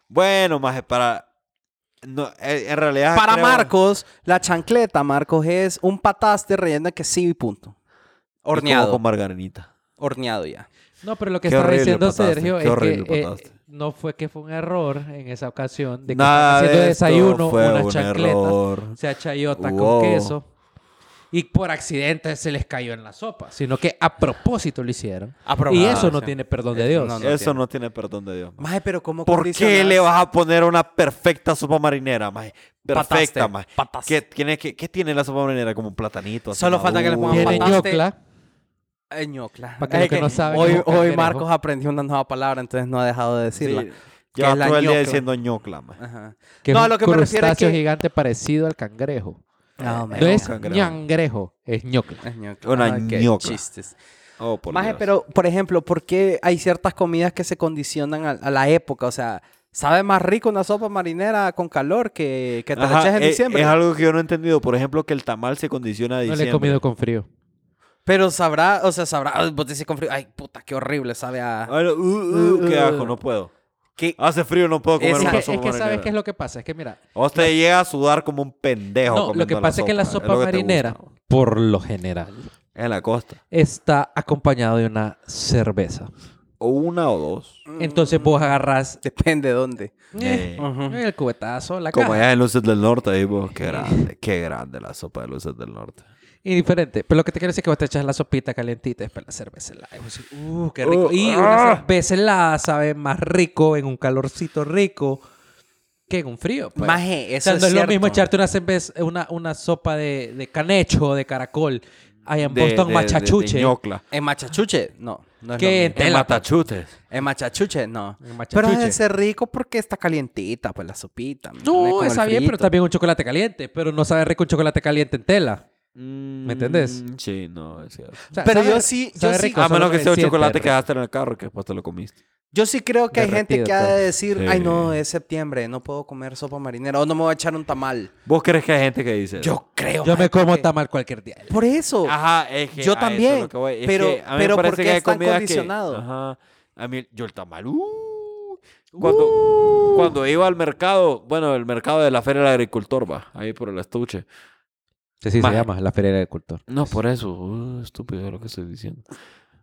Bueno, más para... No, eh, en realidad... Para creo- Marcos, la chancleta, Marcos, es un pataste relleno de quesillo y Y punto. como Horneado. Con margarinita. Horneado ya. No, pero lo que Qué estaba horrible diciendo pataste, Sergio qué es que horrible eh, pataste. no fue que fue un error en esa ocasión de que Nada estaban haciendo de esto desayuno fue unas un chancletas, error. o sea, chayota con Wow. queso y por accidente se les cayó en la sopa, sino que a propósito lo hicieron. A propósito, y eso o no sea, tiene perdón de eso Dios. Eh, no, no. Eso no tiene perdón de Dios. Maje, pero ¿cómo ¿Por qué condicionas? le vas a poner una perfecta sopa marinera, maje? Perfecta, Pataste, maje. pataste. ¿Qué tiene, qué, qué tiene la sopa marinera? Como un platanito. así Uh, Solo falta que le maduro. pongan Tiene Pataste. ñocla. Eh, ñocla. Pa' que los Es que no saben, hoy, como hoy cangrejo. Marcos aprendió una nueva palabra, entonces no ha dejado de Sí, decirla. que es Lleva la todo el ñocla. día diciendo ñocla, maje. Ajá. Que No, es a un lo que me crustáceo refiero es que- gigante parecido al cangrejo. Eh, No, no men. es cangrejo. ñangrejo, es ñocla. Es ñocla. Una Ah, qué ñocla. chistes. Oh, por Maje, Dios. pero, por ejemplo, ¿por qué hay ciertas comidas que se condicionan a, a la época? O sea, ¿sabe más rico una sopa marinera con calor que, que te la Ajá, eches en es, diciembre? es algo que yo no he entendido. Por ejemplo, que el tamal se condiciona a No diciembre. le he comido con frío. Pero sabrá, o sea, sabrá, ay, vos decís con frío, ay, puta, qué horrible sabe a... Ay, no, uh, uh, qué Uh, uh. asco, no puedo. ¿Qué? Hace frío, no puedo comer Es Es una que, sopa es que sabes marinera. qué es lo que pasa, es que mira, O usted llega a sudar como un pendejo. no, lo que comiendo pasa es que la es sopa lo que te marinera, gusta. por lo general, En la costa. está acompañado de una cerveza. O una o dos. Entonces vos agarras Depende de dónde. Pues, eh, Mm. Eh. Ujú. el cubetazo, la Como caja. allá en Luces del Norte, ahí, pues, qué grande, qué grande la sopa de Luces del Norte. Y diferente. Pero lo que te quiero decir es que vos te echas la sopita calientita y después la cerveza helada. Y vos decís, uh, qué rico. Uh, y ah. una cerveza helada sabe más rico en un calorcito rico que en un frío. pues. Maje, O sea, eso no es es, lo cierto. mismo echarte una, cerveza, una, una sopa de, de canecho o de caracol allá en De- Boston de- machachuche de- de ñocla. ¿En machachuche? No, no es lo que en En mismo. tela. pues. matachutes. ¿En machachuche? No. En Pero machachuche. debe ser rico porque está calientita, pues, la sopita. ¿me entiendes? No, Con el está bien, pero frito. también un chocolate caliente. Pero no sabe rico un chocolate caliente en tela. ¿Me entendés? Mm, Sí, no, es cierto. O sea, Pero sabe- yo sí, yo sabe sí, rico, A menos solo que sea un siente chocolate que rico. dejaste en el carro y que después te lo comiste. yo sí creo que hay gente que Derretido, ha pues. de decir, ay no, Sí. es septiembre, no puedo comer sopa marinera o no me voy a echar un tamal. ¿Vos crees que hay gente que dice eso? Yo creo. Yo me man, como porque- tamal cualquier día. Por eso. Ajá, es que Yo a eso también, es lo que voy. Es pero- que a mí me pero ¿por parece qué que hay es tan comidas que- condicionado? ajá. A mí, yo el tamal, uh, cuando, Uh. cuando iba al mercado, bueno, el mercado de la Feria del Agricultor, va, ahí por el estuche. Sí, sí, Ma- se llama la Feria del Cultor. No, por eso, uh, estúpido lo que estoy diciendo.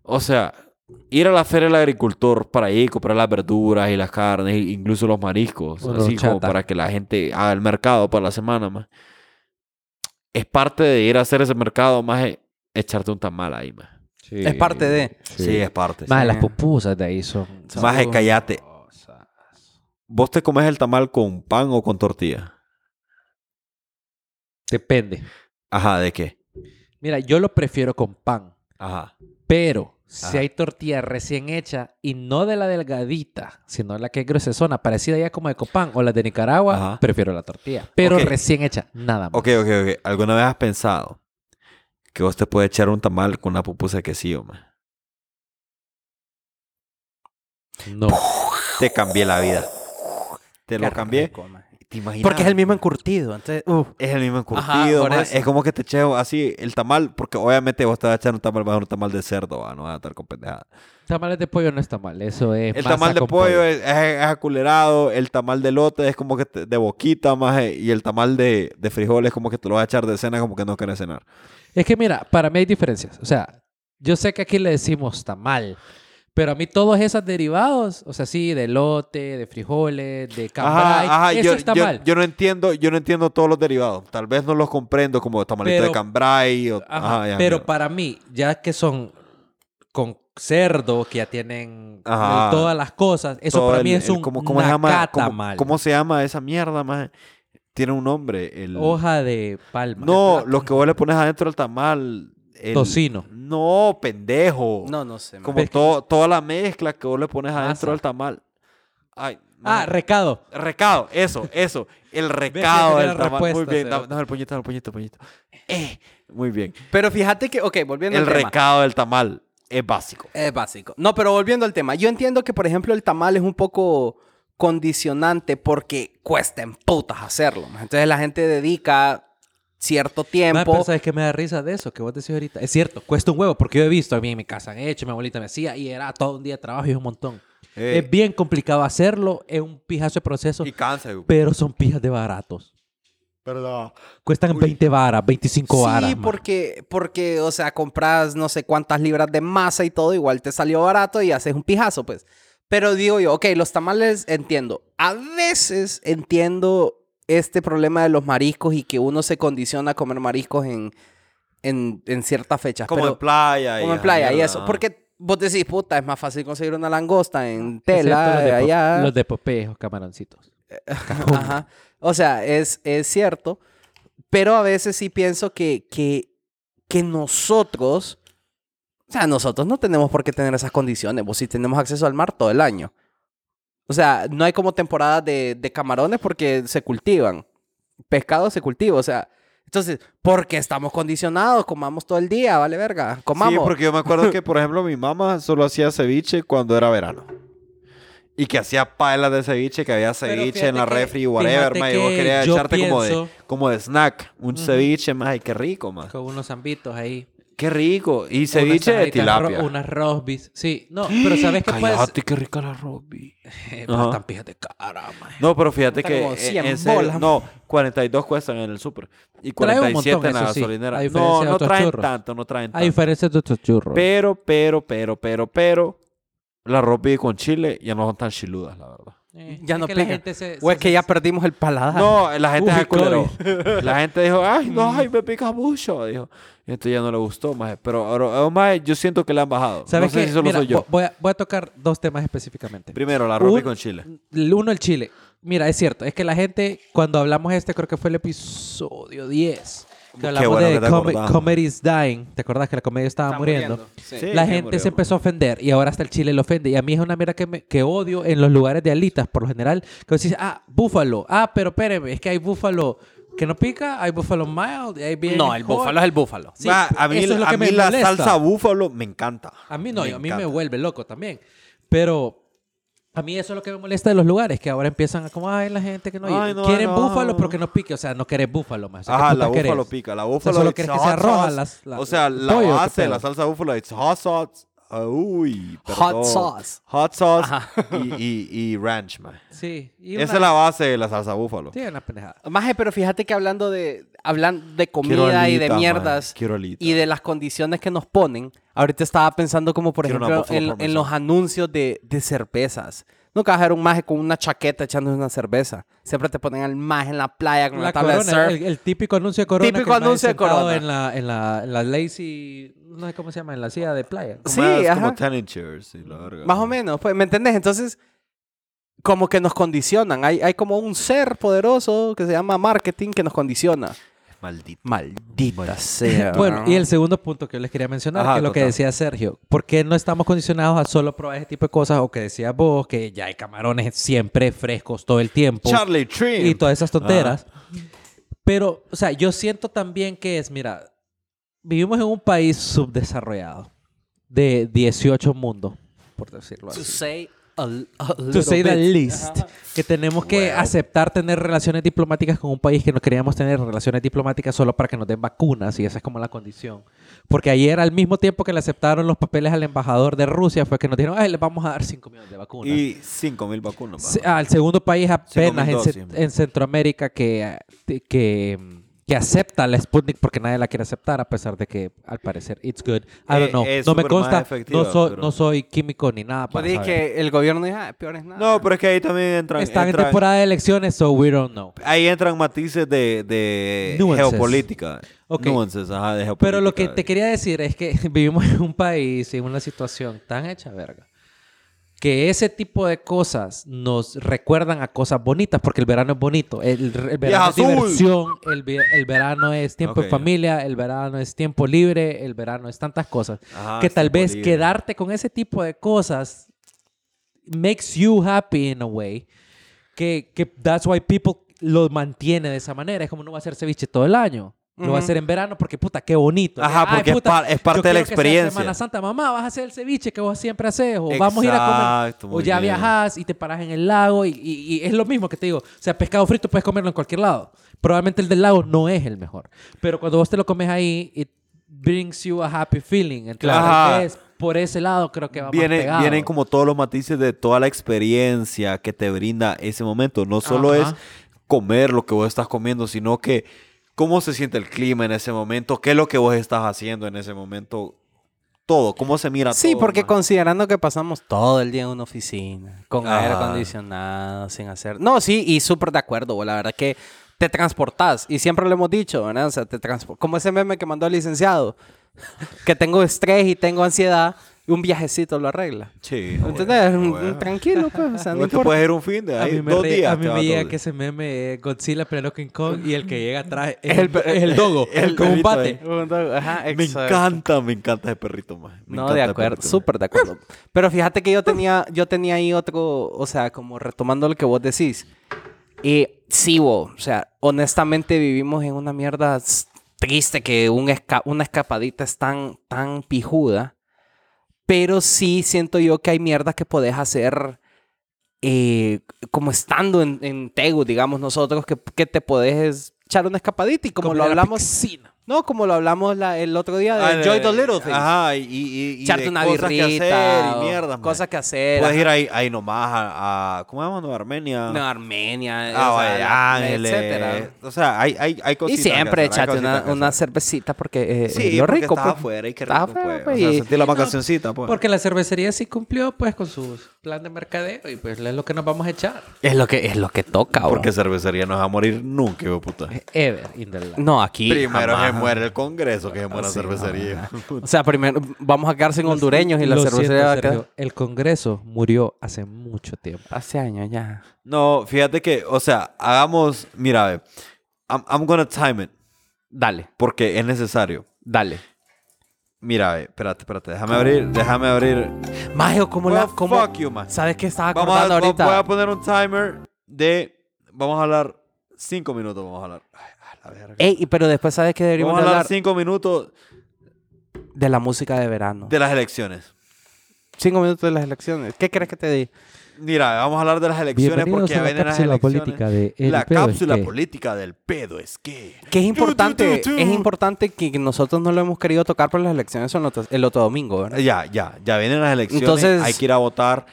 O sea, ir a la Feria del Agricultor para ahí comprar las verduras y las carnes, e incluso los mariscos, Bueno, así como chata. para que la gente haga el mercado para la semana más. Es parte de ir a hacer ese mercado más echarte un tamal ahí más. Es parte de- Sí, es parte. Más sí. las pupusas de ahí son. Más de callate. sabrosas. ¿Vos te comes el tamal con pan o con tortilla? Depende. Ajá, ¿de qué? Mira, yo lo prefiero con pan. Ajá. Pero si Ajá. hay tortilla recién hecha y no de la delgadita, sino la que es gruesesona, parecida ya como de Copán o la de Nicaragua, Ajá. prefiero la tortilla. Pero Ok. recién hecha, nada más. Ok, ok, ok. ¿Alguna vez has pensado que vos te puedes echar un tamal con una pupusa de quesillo, man? No. Te cambié la vida. Te lo Qué cambié. rico, man. ¿Te imaginas? Porque es el mismo encurtido. Entonces, uh, Es el mismo Ajá, encurtido, por man. eso. Es como que te eches así el tamal, porque obviamente vos te vas a echar un tamal, vas a un tamal de cerdo, va, no vas a estar con pendejada. Tamales de pollo no está mal, eso es. El masa tamal de con pollo es, es, es aculerado, el tamal de lote es como que te- de boquita, más y el tamal de, de frijoles como que te lo vas a echar de cena, como que no querés cenar. Es que mira, para mí hay diferencias. O sea, yo sé que aquí le decimos tamal, pero a mí todos esos derivados, o sea, sí, de lote, de frijoles, de cambray, eso yo, está yo- mal. yo no entiendo, yo no entiendo todos los derivados. Tal vez no los comprendo como tamalito de Pero- cambray o Ajá, ajá, ya, pero mierda. para mí, ya que son con cerdo, que ya tienen Ajá. el- todas las cosas, eso Todo para el- mí es el- un ¿cómo, cómo se llama, cómo- nacatamal. cómo se llama esa mierda, más? Tiene un nombre, el Hoja de palma. No, lo que vos le pones adentro del tamal, el- Tocino. No, pendejo. no, no sé. man. Como todo- toda la mezcla que vos le pones adentro Masa. del tamal. Ay, Ah, maje. recado. Recado, eso, eso. El ya recado tenía del la tamal. Muy respuesta, bien, dame, cerote. dame el puñito, dame el puñito, el puñito. Eh, muy bien. Pero fíjate que, ok, volviendo El al tema. recado del tamal es básico. Es básico. No, pero volviendo al tema. Yo entiendo que, por ejemplo, el tamal es un poco condicionante porque cuesta en putas hacerlo. ma. Entonces la gente dedica cierto Más tiempo. pero sabes que me da risa de eso que vos decís ahorita. Es cierto, cuesta un huevo, porque yo he visto a mí en mi casa, han hecho, mi abuelita me hacía, y era todo un día de trabajo y es un montón. Eh, Es bien complicado hacerlo, es un pijazo de proceso, y cansa. güey. pero son pijas de baratos. Perdón. Cuestan 20 varas, 25 varas. sí, ma. porque, porque, o sea, compras no sé cuántas libras de masa y todo, igual te salió barato y haces un pijazo, pues. Pero digo yo, ok, los tamales entiendo. A veces entiendo este problema de los mariscos y que uno se condiciona a comer mariscos en, en, en ciertas fechas. Como pero- en playa. Como en esa playa y mierda, eso. ajá. Porque vos decís, puta, es más fácil conseguir una langosta en Excepto tela los de po- allá. Los de Popeye, los camaroncitos. Ajá. O sea, es, es cierto. Pero a veces sí pienso que, que, que nosotros, o sea, nosotros no tenemos por qué tener esas condiciones. Vos sí tenemos acceso al mar todo el año. O sea, no hay como temporadas de, de camarones porque se cultivan. Pescado se cultiva, o sea. Entonces, ¿por qué estamos condicionados? Comamos todo el día, vale verga. Comamos. Sí, porque yo me acuerdo que, *laughs* por ejemplo, mi mamá solo hacía ceviche cuando era verano. Y que hacía paelas de ceviche, que había ceviche en fíjate la que- refri, whatever, fíjate ma, Y vos que querías yo echarte como de, pienso- como de snack. Un ceviche, más. Ay, qué rico, más. Con unos zambitos ahí. Qué rico. Y Unas ceviche de tajaditas ro- tilapia. Unas rosbis. Sí, no, pero ¿sabes qué puedes...? Cállate, qué rica la Robby. Ajá. Están pijas de cara, ma. No, pero fíjate Está que. como eh, 100 en serio, bolas. No, 42 cuestan en el súper. Y Trae un 47 montón, en la eso sí, gasolinera. a diferencia no, de no otros traen churros. tanto, no traen A tanto. diferencia de estos churros. Pero, pero, pero, pero, pero. La Robby con chile ya no son tan chiludas, la verdad. Eh, Ya es no que pega. la gente se... O es se- que ya perdimos el paladar. No, la gente Uy, Mm. se aculeró. *laughs* La gente dijo, ay, no, ay, me pica mucho. Dijo. Y entonces ya no le gustó, más. Pero ahora, ahora, maje, yo siento que le han bajado. ¿Sabes no sé qué? si solo Mira, soy yo. vo- Voy a, voy a tocar dos temas específicamente. Primero, la Robby Un- con chile. El uno, el chile. Mira, es cierto. Es que la gente, cuando hablamos este, creo que fue el episodio 10. Qué Que hablamos bueno de que te com- acordás. Comedy's Dying. ¿Te acordás que la comedia estaba Está muriendo? Sí. Sí, la que gente murió. se empezó a ofender y ahora hasta el chile le ofende. Y a mí es una mierda que, me- que odio en los lugares de alitas, por lo general. Que vos decís, ah, búfalo. Ah, pero espéreme, es que hay búfalo que no pica, hay Buffalo Mild, y hay bien No, el hot. búfalo es el búfalo. Sí, Va, a mí, eso es lo a que mí me la molesta. salsa búfalo me encanta. A mí no, a mí me encanta. vuelve loco también. Pero a mí eso es lo que me molesta de los lugares, que ahora empiezan a como, ay, la gente que no... Ay, no, quieren no. búfalo porque no pique, o sea, no querés búfalo más. O sea, ¿qué Ajá, puta la querés? búfalo pica. La búfalo solo it's querés que hot sea roja sauce. las- la- o sea, el la pollo, ¿qué base, pedo? la salsa búfalo, it's hot sauce. Ah, Uy, perdón. sauce. Hot sauce Ajá. y, y- y ranch, man. Sí. y Esa una- es la base de la salsa búfalo. Sí, una pendejada. Maje, pero fíjate que hablando de, hablan de Quiero comida y de alitas, maje, mierdas quiero alitas. y de las condiciones que nos ponen, ahorita estaba pensando como por Quiero una ejemplo Buffalo en, en Parmesan. los anuncios de, de cervezas. Nunca vas a ver un maje con una chaqueta echándose una cerveza. Siempre te ponen al maje en la playa con una La tabla corona, de el, surf. el típico anuncio de corona. Típico que el maje anuncio de sentado Corona. En la, en, la, en la lazy, no sé cómo se llama, en la silla de playa. Como Sí, es como ajá. tanning chairs y la verga. Más o menos, pues, ¿me entendés? Entonces, como que nos condicionan. Hay, hay como un ser poderoso que se llama marketing que nos condiciona. Maldito. Maldita *laughs* sea. Bueno, y el segundo punto que yo les quería mencionar, Ajá, que es lo que total. decía Sergio, ¿por qué no estamos condicionados a solo probar ese tipo de cosas? O que decías vos, que ya hay camarones siempre frescos todo el tiempo. Charlie Trim. y todas esas tonteras. Ah. Pero, o sea, yo siento también que es, mira, vivimos en un país subdesarrollado de 18 mundos, por decirlo To así. say a, a To little say the bit. least. Que tenemos que aceptar tener relaciones diplomáticas con un país que no queríamos tener relaciones diplomáticas solo para que nos den vacunas y esa es como la condición. Porque ayer, al mismo tiempo que le aceptaron los papeles al embajador de Rusia, fue que nos dijeron, ay, les vamos a dar 5 millones de vacunas. Y 5000 vacunas. Se- al segundo país apenas en, 5.000 Ce- dosis. en Centroamérica que, eh, que, que acepta la Sputnik porque nadie la quiere aceptar, a pesar de que al parecer it's good. I don't Eh, know. es no me súper consta, más efectiva, no, so- pero- no soy químico ni nada. Pues Para dije saber. que el gobierno dijo, "Ah, peor es nada. No, pero es que ahí también entran. Están en entran- temporada de elecciones, so we don't know. Ahí entran matices de, de Nuances. geopolítica. Ok. Nuances, ajá, de geopolítica. Pero lo que te quería decir es que *laughs* vivimos en un país, en una situación tan hecha verga, que ese tipo de cosas nos recuerdan a cosas bonitas, porque el verano es bonito, el, el verano es azul! diversión, el, vi- el verano es tiempo Ok, ya. en familia, el verano es tiempo libre, el verano es tantas cosas, Ajá, que tal tiempo vez libre. quedarte con ese tipo de cosas makes you happy in a way, que, que that's why people lo mantiene de esa manera, es como no va a hacer ceviche todo el año. Lo va a Ujú. hacer en verano porque puta, qué bonito. Ajá, Ay, porque es puta, par- es yo parte de la quiero que sea experiencia. Semana Santa, mamá, vas a hacer el ceviche que vos siempre haces. O vamos a ir a Exacto, comer. O muy ya bien. viajás y te parás en el lago. Y, y- y es lo mismo que te digo. O sea, pescado frito puedes comerlo en cualquier lado. Probablemente el del lago no es el mejor. Pero cuando vos te lo comes ahí, it brings you a happy feeling. Entonces, Ajá. tal vez por ese lado creo que va Viene- más pegado. vienen como todos los matices de toda la experiencia que te brinda ese momento. No solo Ajá. es comer lo que vos estás comiendo, sino que cómo se siente el clima en ese momento, qué es lo que vos estás haciendo en ese momento, todo, cómo se mira todo. Sí, porque man. considerando que pasamos todo el día en una oficina, con aire Ajá. acondicionado, sin hacer... No, sí, y súper de acuerdo, güey, la verdad que te transportás, y siempre lo hemos dicho, ¿verdad? O sea, te transportás. Como ese meme que mandó el licenciado, *laughs* que tengo estrés y tengo ansiedad, y un viajecito lo arregla. Sí, no, ¿Entendés? güey, no, Un- güey. un Tranquilo, pues, *laughs* o sea, no No te importa. puedes ir un fin de A ahí, mí me, dos re- días. a mí te me vas llega todo que el- ese meme es Godzilla pero King Kong y el que llega atrás es Es el el, per- es el *laughs* dogo el con un perrito bate. ahí. Un dogo, Ajá, Me exacto. encanta, me encanta ese perrito, man. Me No, encanta de ese acuerdo, perrito, man. súper de acuerdo. Pero fíjate que yo tenía, yo tenía ahí otro, o sea, como retomando lo que vos decís. Y sí, bo, o sea, honestamente vivimos en una mierda s- triste que un esca- una escapadita es tan, tan pijuda. Pero sí siento yo que hay mierdas que podés hacer eh, como estando en, en Tegu, digamos nosotros, que, que te podés echar una escapadita y como Comer lo a la hablamos... piscina. No, como lo hablamos la- el otro día de Ah, Enjoy the Little Things Ajá, y, y, y- y echarte de una cosas birrita. que hacer o y mierda, man. Cosas que hacer. Puedes ir ahí, ahí nomás a, a- ¿Cómo llamamos? Armenia. No, Armenia. o sea, Ah, Valle la- Ángeles. Etcétera. O sea, hay, hay, hay Y cositas. siempre echate echate una, una cervecita porque eh, Sí, es lo porque rico. estás pues. afuera y qué rico, Estás pues. afuera, O pues, sea, y- sentir la vacacioncita, pues. Porque la cervecería sí cumplió pues con su plan de mercadeo y pues es lo que nos vamos a echar. es, lo que, es lo que toca, bro. Porque cervecería no va a morir nunca, hijo de puta. Ever in the life. No, aquí. Primero jamás. que muere el Congreso que se muera Sí, cervecería. O sea, primero vamos a quedar sin hondureños y la Lo siento, cervecería va a quedar- Sergio, El Congreso murió hace mucho tiempo. Hace años ya. No, fíjate que, o sea, hagamos. Mira, ve, I'm, I'm gonna time it. Dale, Porque es necesario. dale. Mira, ve, espérate, espérate. Déjame abrir, déjame abrir. Mayo, ¿cómo la.? Well, cómo- fuck you, man. ¿Sabes qué estaba Vamos a, acordando va- ahorita? Voy a poner un timer de. Vamos a hablar. Cinco minutos, vamos a hablar. Ay, ay, la verga. Ey, y- pero después sabes que deberíamos Vamos a Eh, de hablar hablar cinco minutos de la música de verano. de las elecciones. Cinco minutos de las elecciones. ¿Qué crees que te di? Mira, vamos a hablar de las elecciones Bienvenidos porque a la vienen las cápsula elecciones. política de El la Pedo es cápsula que. política del pedo es que. Que es importante, Tu, tu, tu, tu. es importante que nosotros no lo hemos querido tocar por las elecciones son los- el otro domingo, ¿verdad? Ya, ya, ya vienen las elecciones, Entonces- hay que ir a votar.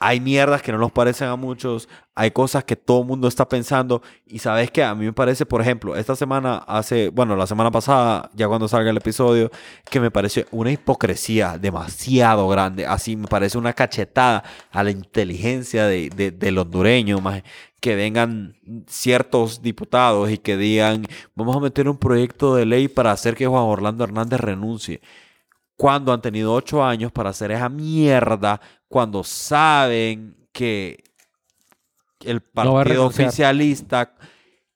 Hay mierdas que no nos parecen a muchos, hay cosas que todo el mundo está pensando y sabes que a mí me parece, por ejemplo, esta semana hace, bueno, la semana pasada, ya cuando salga el episodio, que me parece una hipocresía demasiado grande, así me parece una cachetada a la inteligencia de, de- del hondureño, maje, que vengan ciertos diputados y que digan, vamos a meter un proyecto de ley para hacer que Juan Orlando Hernández renuncie cuando han tenido ocho años para hacer esa mierda, cuando saben que el No va a partido renunciar. oficialista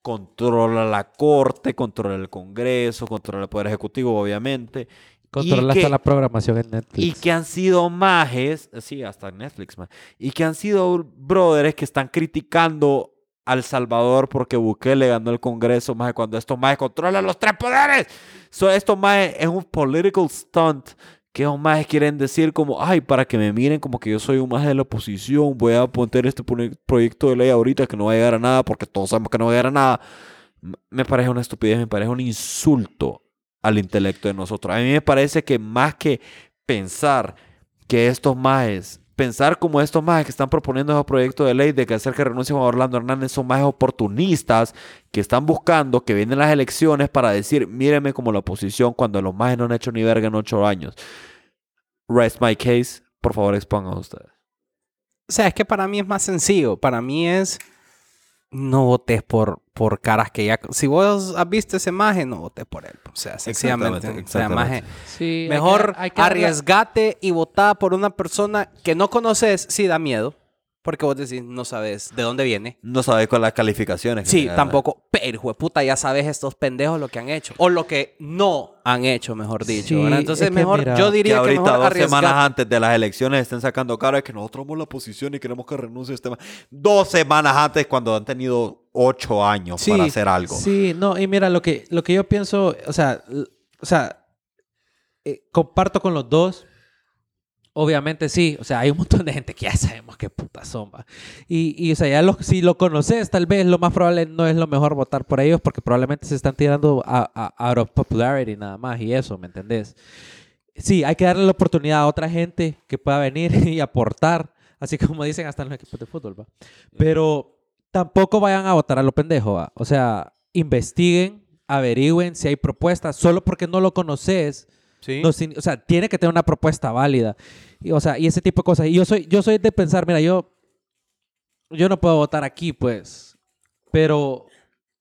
controla la corte, controla el Congreso, controla el Poder Ejecutivo, obviamente. y Controla hasta que- la programación en y Netflix. que han sido majes, eh, sí, hasta en Netflix, man, y que han sido brothers que están criticando al Salvador porque Bukele ganó el Congreso, más cuando estos majes controlan los tres poderes. So, esto majes es un political stunt que esos majes quieren decir como, ay, para que me miren como que yo soy un maje de la oposición, voy a poner este pro- proyecto de ley ahorita que no va a llegar a nada porque todos sabemos que no va a llegar a nada. M- Me parece una estupidez, me parece un insulto al intelecto de nosotros. A mí me parece que más que pensar que estos majes, pensar como estos majes que están proponiendo esos proyectos de ley de que hacer que renuncie Juan Orlando Hernández son majes oportunistas que están buscando que vienen las elecciones para decir, míreme como la oposición cuando los majes no han hecho ni verga en ocho años. Rest my case, por favor expongan ustedes. O sea, es que para mí es más sencillo. Para mí es. No votes por, por caras que ya. Si vos has visto esa imagen, no votes por él. O sea, sencillamente. Exactamente, o sea, maje, exactamente. Sí, hay mejor que- hay que hablar- arriesgate y votá por una persona que no conoces. Sí, da miedo. Porque vos decís, no sabes de dónde viene. No sabéis con las calificaciones. que Sí, tengan, tampoco. Pero, hijo de puta, ya sabes estos pendejos lo que han hecho. O lo que no han hecho, mejor dicho. Sí, ¿verdad? Entonces, es que mejor. mira, yo ¿eh? Que diría que, ahorita, mejor dos semanas arriesgate. antes de las elecciones, estén sacando cara de que nosotros somos la oposición y queremos que renuncie este ma- Dos semanas antes, cuando han tenido ocho años Sí, para hacer algo. Sí, no, y mira, lo que, lo que yo pienso, o sea, l- o sea eh, comparto con los dos. Obviamente sí, o sea, hay un montón de gente que ya sabemos qué puta son, va. Y, y, o sea, ya los- si lo conoces, tal vez lo más probable no es lo mejor votar por ellos porque probablemente se están tirando a, a- out of popularity nada más y eso, ¿me entendés? Sí, hay que darle la oportunidad a otra gente que pueda venir *laughs* y aportar, así como dicen hasta en los equipos de fútbol, va. Pero tampoco vayan a votar a lo pendejo, va. O sea, investiguen, averigüen si hay propuestas, solo porque no lo conoces. Sí. No sin- o sea, tiene que tener una propuesta válida. Y, o sea, y ese tipo de cosas. Y yo soy, yo soy de pensar, mira, yo, yo no puedo votar aquí, pues. Pero,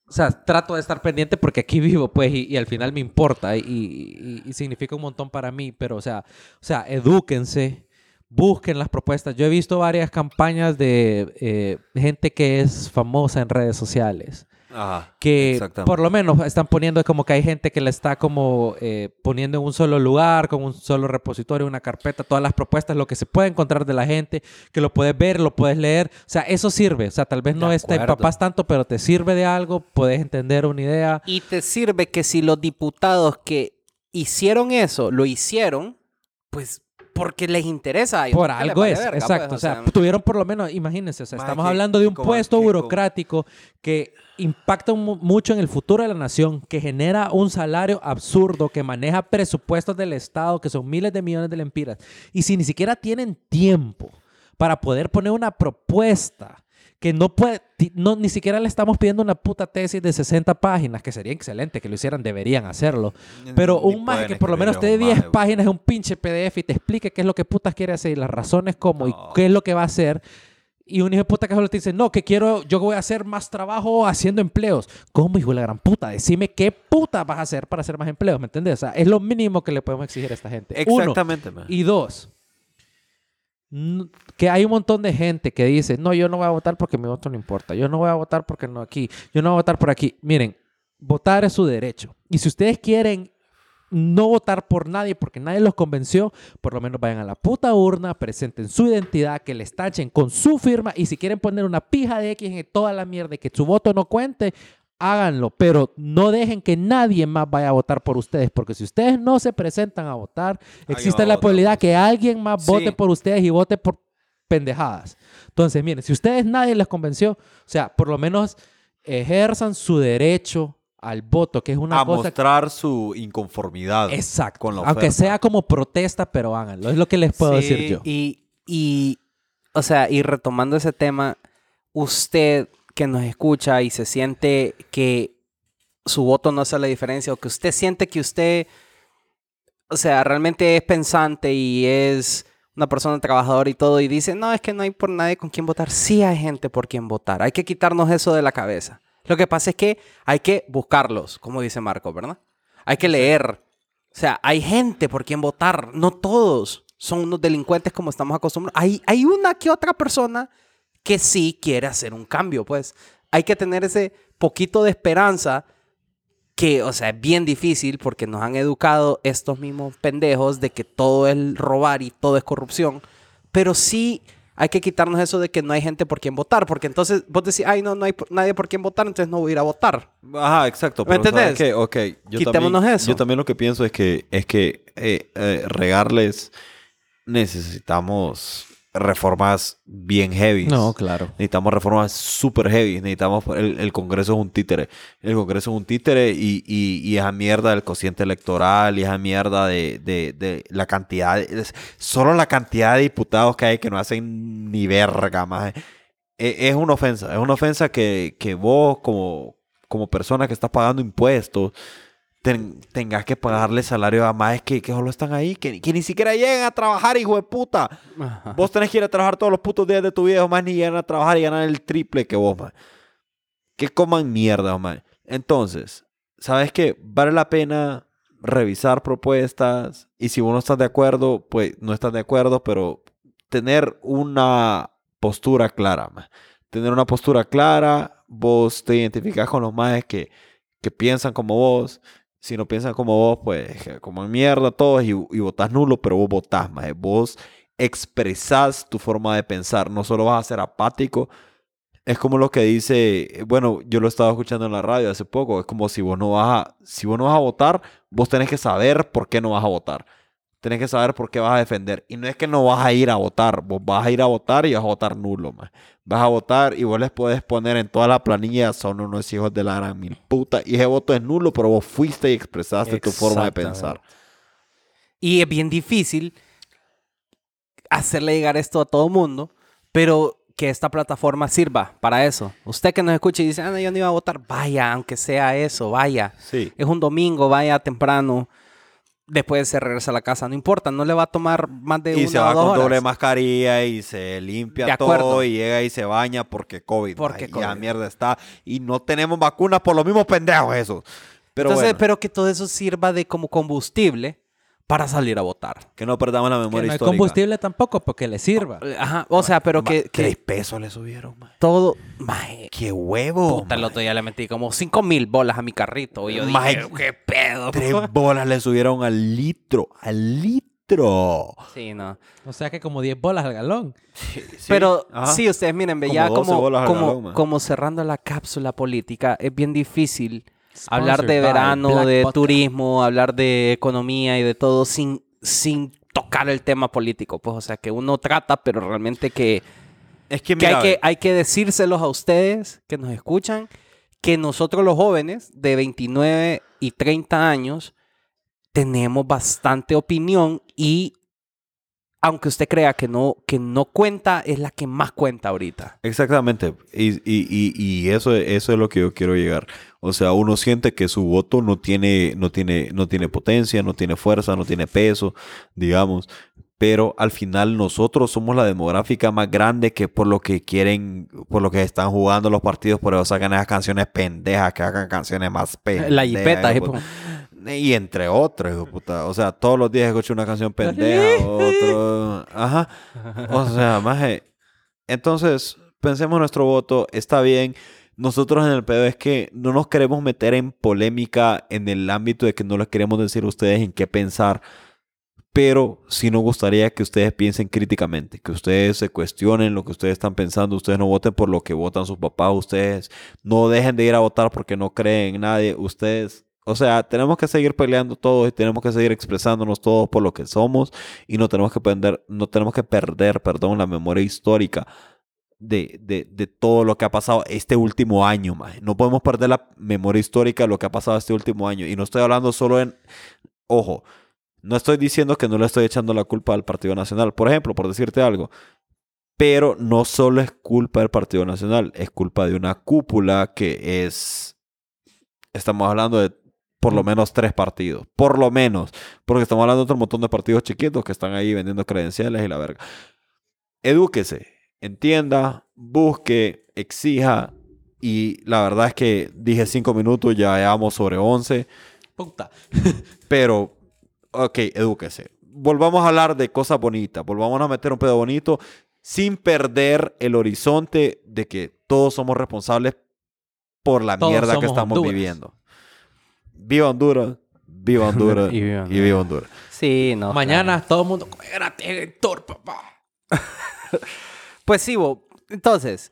o sea, trato de estar pendiente porque aquí vivo, pues, y, y al final me importa. Y, y- y significa un montón para mí. Pero, o sea, o sea, edúquense. Busquen las propuestas. Yo he visto varias campañas de eh, gente que es famosa en redes sociales Ajá, que exactamente. por lo menos están poniendo como que hay gente que la está como eh, poniendo en un solo lugar, con un solo repositorio, una carpeta, todas las propuestas, lo que se puede encontrar de la gente, que lo puedes ver, lo puedes leer. O sea, eso sirve. O sea, tal vez no De está acuerdo. empapas tanto, pero te sirve de algo, puedes entender una idea. Y te sirve que si los diputados que hicieron eso lo hicieron, pues porque les interesa. a ellos, Por porque les algo vale es, verga, exacto. pues, o sea, tuvieron por lo menos, imagínense, o sea, Más estamos que- hablando de un como puesto que co- burocrático que impacta mu- mucho en el futuro de la nación, que genera un salario absurdo, que maneja presupuestos del Estado, que son miles de millones de lempiras. Y si ni siquiera tienen tiempo para poder poner una propuesta que no puede, ti- no, ni siquiera le estamos pidiendo una puta tesis de 60 páginas, que sería excelente que lo hicieran, deberían hacerlo. Pero Ni un maje pueden que por lo menos te dé escribirle a 10 un maje, páginas de un pinche PDF y te explique qué es lo que putas quiere hacer y las razones cómo No. y qué es lo que va a hacer. Y un hijo de puta que solo te dice, no, que quiero, yo voy a hacer más trabajo haciendo empleos. ¿Cómo, hijo de la gran puta? Decime qué puta vas a hacer para hacer más empleos, ¿me entendés? O sea, es lo mínimo que le podemos exigir a esta gente. Uno, Exactamente, man. y dos, n- que hay un montón de gente que dice, no, yo no voy a votar porque mi voto no importa, yo no voy a votar porque no aquí, yo no voy a votar por aquí. Miren, votar es su derecho. Y si ustedes quieren no votar por nadie porque nadie los convenció, por lo menos vayan a la puta urna, presenten su identidad, que les tachen con su firma y si quieren poner una pija de X en toda la mierda y que su voto no cuente, háganlo, pero no dejen que nadie más vaya a votar por ustedes, porque si ustedes no se presentan a votar, existe va a la votar probabilidad que alguien más Sí. vote por ustedes y vote por pendejadas. Entonces, miren, si ustedes nadie les convenció, o sea, por lo menos ejerzan su derecho al voto, que es una a cosa mostrar su inconformidad. Exacto. con la Aunque oferta. sea como protesta, pero háganlo. Es lo que les puedo Sí, decir yo. Y, y, o sea, y retomando ese tema, usted que nos escucha y se siente que su voto no hace la diferencia o que usted siente que usted, o sea, realmente es pensante y es una persona trabajadora y todo y dice, no, es que no hay por nadie con quien votar. Sí hay gente por quien votar. Hay que quitarnos eso de la cabeza. Lo que pasa es que hay que buscarlos, como dice Marco, ¿verdad? Hay que leer. O sea, hay gente por quien votar. No todos son unos delincuentes como estamos acostumbrados. Hay, hay una que otra persona que sí quiere hacer un cambio, pues. Hay que tener ese poquito de esperanza que, o sea, es bien difícil porque nos han educado estos mismos pendejos de que todo es robar y todo es corrupción. Pero sí hay que quitarnos eso de que no hay gente por quien votar, porque entonces vos decís, ay, no, no hay por- nadie por quien votar, entonces no voy a ir a votar. Ajá, exacto. ¿Me pero ¿sabes entendés? qué? Ok, yo Quitémonos también, eso. Yo también lo que pienso es que, es que eh, eh, regarles necesitamos reformas bien heavy. No, claro. Necesitamos reformas super heavy. Necesitamos. El, el Congreso es un títere. El Congreso es un títere y, y, y esa mierda del cociente electoral y esa mierda de, de, de la cantidad. de- es- solo la cantidad de diputados que hay que no hacen ni verga más. Es, es una ofensa. Es una ofensa que, que vos, como, como persona que estás pagando impuestos, ten- tengas que pagarle salario a más que, que solo están ahí, que, que ni siquiera llegan a trabajar, hijo de puta. Vos tenés que ir a trabajar todos los putos días de tu vida, más ni llegan a trabajar y ganar el triple que vos, man. Que coman mierda, man. Entonces, ¿sabes qué? Vale la pena revisar propuestas y si vos no estás de acuerdo, pues no estás de acuerdo, pero tener una postura clara, man. Tener una postura clara, vos te identificás con los más que, que piensan como vos. Si no piensan como vos, pues como mierda todos y, y votás nulo, pero vos votás, más. Vos expresas tu forma de pensar, no solo vas a ser apático. Es como lo que dice, bueno, yo lo estaba escuchando en la radio hace poco, es como si vos no vas a, si vos no vas a votar, vos tenés que saber por qué no vas a votar. Tenés que saber por qué vas a defender. Y no es que no vas a ir a votar, vos vas a ir a votar y vas a votar nulo, más. Vas a votar y vos les podés poner en toda la planilla, son unos hijos de la gran mil puta. Y ese voto es nulo, pero vos fuiste y expresaste tu forma de pensar. Y es bien difícil hacerle llegar esto a todo mundo, pero que esta plataforma sirva para eso. Usted que nos escucha y dice, ah, no, yo no iba a votar, vaya, aunque sea eso, vaya. Sí. Es un domingo, vaya temprano. Después se regresa a la casa, no importa, no le va a tomar más de y una se o va dos con horas. doble mascarilla y se limpia De acuerdo. todo y llega y se baña porque COVID. Porque Ay, Ya COVID. mierda está. Y no tenemos vacunas por los mismos pendejos esos. Pero Entonces, bueno, pero que todo eso sirva de como combustible para salir a votar. que no perdamos la Que memoria no hay histórica. combustible tampoco porque le sirva. Ajá, o sea, pero Ma, que, que Tres pesos le subieron, man. todo... Mae, ¡Qué huevo! puta, el ma. otro día le metí como 5 mil bolas a mi carrito. Y yo dije, Mae, qué pedo. *laughs* Tres bolas le subieron al litro. ¡Al litro! Sí, no. O sea que como 10 bolas al galón. Pero ajá. sí, ustedes miren, ve, Como ya 12 como, bolas al como, galón, man. como cerrando la cápsula política, es bien difícil hablar de Sponsored by verano, Black de Vodka. turismo, hablar de economía y de todo sin, sin tocar el tema político. Pues, o sea, que uno trata, pero realmente que, Es que, que mira, hay que hay que decírselos a ustedes que nos escuchan, que nosotros los jóvenes de 29 y 30 años tenemos bastante opinión y aunque usted crea que no, que no cuenta, es la que más cuenta ahorita. Exactamente. Y, y- y- y eso, eso es lo que yo quiero llegar. O sea, uno siente que su voto no tiene, no tiene, no tiene potencia, no tiene fuerza, no tiene peso, digamos. Pero al final nosotros somos la demográfica más grande que por lo que quieren, por lo que están jugando los partidos, por eso sacan esas canciones pendejas, que hagan canciones más pendejas. La jipeta, hijo de puta. Y entre otros, hijo de puta. O sea, todos los días escucho una canción pendeja, otro. Ajá. O sea, maje. Entonces, pensemos nuestro voto, está bien. Nosotros en el pedo es que no nos queremos meter en polémica en el ámbito de que no les queremos decir a ustedes en qué pensar. pero sí nos gustaría que ustedes piensen críticamente, que ustedes se cuestionen lo que ustedes están pensando, ustedes no voten por lo que votan sus papás, ustedes no dejen de ir a votar porque no creen en nadie, ustedes, o sea, tenemos que seguir peleando todos y tenemos que seguir expresándonos todos por lo que somos y no tenemos que perder, no tenemos que perder, perdón, la memoria histórica. De, de, de todo lo que ha pasado este último año, más. No podemos perder la memoria histórica de lo que ha pasado este último año. Y no estoy hablando solo en. Ojo, no estoy diciendo que no le estoy echando la culpa al Partido Nacional, por ejemplo, por decirte algo. Pero no solo es culpa del Partido Nacional, es culpa de una cúpula que es... Estamos hablando de por lo menos tres partidos, por lo menos, porque estamos hablando de otro montón de partidos chiquitos que están ahí vendiendo credenciales y la verga. Edúquese, entienda, busque, exija y la verdad es que dije cinco minutos, ya llevamos sobre once. Puta. Pero ok, edúquese. Volvamos a hablar de cosas bonitas, volvamos a meter un pedo bonito sin perder el horizonte de que todos somos responsables por la Todos mierda que somos estamos Honduras. viviendo. Viva Honduras, viva Honduras Y y viva viva Honduras. Honduras. Sí, no. Mañana todo el mundo. Era director, papá. claro. Pues sí, Bo. Entonces,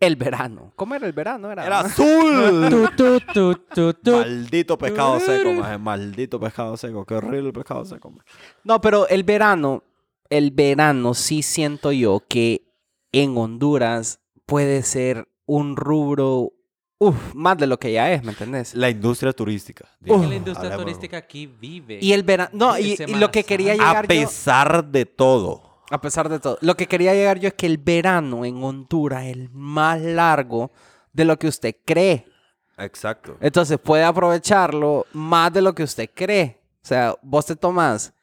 el verano. ¿Cómo era el verano? Era, Era azul. Tu, tu, tu, tu, tu. maldito pescado seco, maje, maldito pescado seco, qué horrible el pescado seco. maje. No, pero el verano, el verano sí siento yo que en Honduras puede ser un rubro, uff, más de lo que ya es, ¿me entendés? La industria turística. Que digamos, la industria Uh. hablemos. turística aquí vive. Y el verano, no, Vive y, y Semana lo que Santa. quería A llegar yo, pesar de todo. a pesar de todo, lo que quería llegar yo es que el verano en Honduras es más largo de lo que usted cree. Exacto. Entonces puede aprovecharlo más de lo que usted cree. O sea, vos te tomás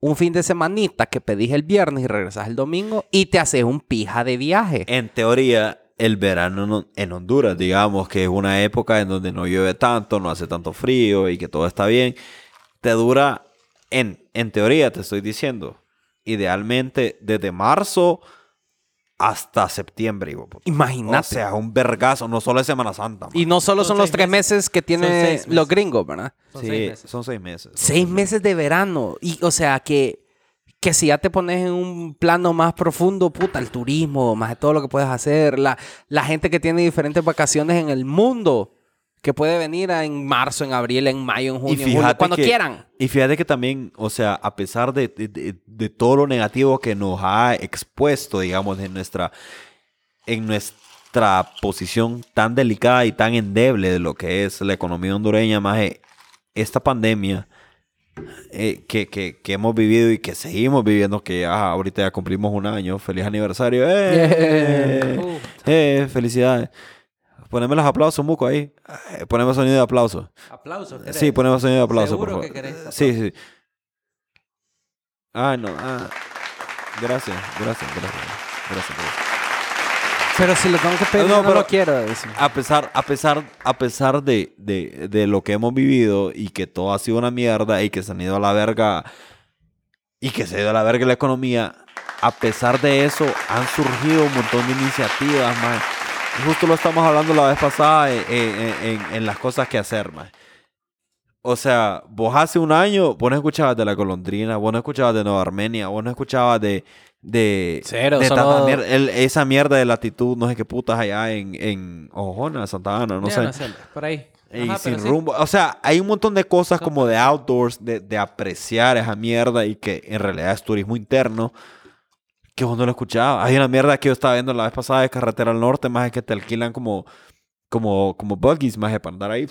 un fin de semanita que pedís el viernes y regresas el domingo y te haces un pija de viaje. En teoría, el verano en Hon- en Honduras, digamos que es una época en donde no llueve tanto, no hace tanto frío y que todo está bien, te dura, en, en teoría te estoy diciendo, idealmente desde marzo hasta septiembre. hijo de puta. Imagínate. O sea, un vergazo, no solo es Semana Santa. man. Y no solo son, Son los seis tres meses, meses. que Son tienen seis los meses. gringos, ¿verdad? Son Sí, seis meses. son seis meses. Son Seis meses de verano. Y, o sea, que, que si ya te pones en un plano más profundo, puta, el turismo, más de todo lo que puedes hacer, la, la gente que tiene diferentes vacaciones en el mundo, que puede venir a- en marzo, en abril, en mayo, en junio, en julio, cuando que- quieran. Y fíjate que también, o sea, a pesar de, de- de- de todo lo negativo que nos ha expuesto, digamos, en nuestra, en nuestra posición tan delicada y tan endeble de lo que es la economía hondureña, más esta pandemia eh, que, que- que hemos vivido y que seguimos viviendo, que ya ahorita ya cumplimos un año, feliz aniversario. ¡Eh! Yeah. ¡Eh! felicidades. Poneme los aplausos, Muco, ahí. Eh, Poneme sonido de aplausos. Aplausos. ¿querés? Sí, pues. ponemos sonido de aplauso, por Seguro favor. que querés. Sí, sí. Ah, no. Ah. Gracias, gracias, gracias. Gracias, gracias. Pero si lo tengo que pedir, No, no, pero- Ah, lo quiero. decir. A pesar, a pesar, a pesar de, de, de lo que hemos vivido y que todo ha sido una mierda y que se han ido a la verga y que se ha ido a la verga la economía, a pesar de eso han surgido un montón de iniciativas, man. Justo lo estamos hablando la vez pasada eh, eh, en, en las cosas que hacer, man. O sea, vos hace un año, vos no escuchabas de la golondrina, vos no escuchabas de Nueva Armenia, vos no escuchabas de. de Cero, de solo- tanta mier- el- esa mierda de latitud, no sé qué putas, allá en, en Ojona, Santa Ana, no Ya sé. Por ahí. Y Ajá, sin pero sí. rumbo. O sea, hay un montón de cosas Son- como de outdoors, de, de apreciar esa mierda y que en realidad es turismo interno. Que vos no lo escuchabas. Hay una mierda que yo estaba viendo la vez pasada de Carretera al Norte, más que te alquilan como, como, como buggies, más para andar ahí.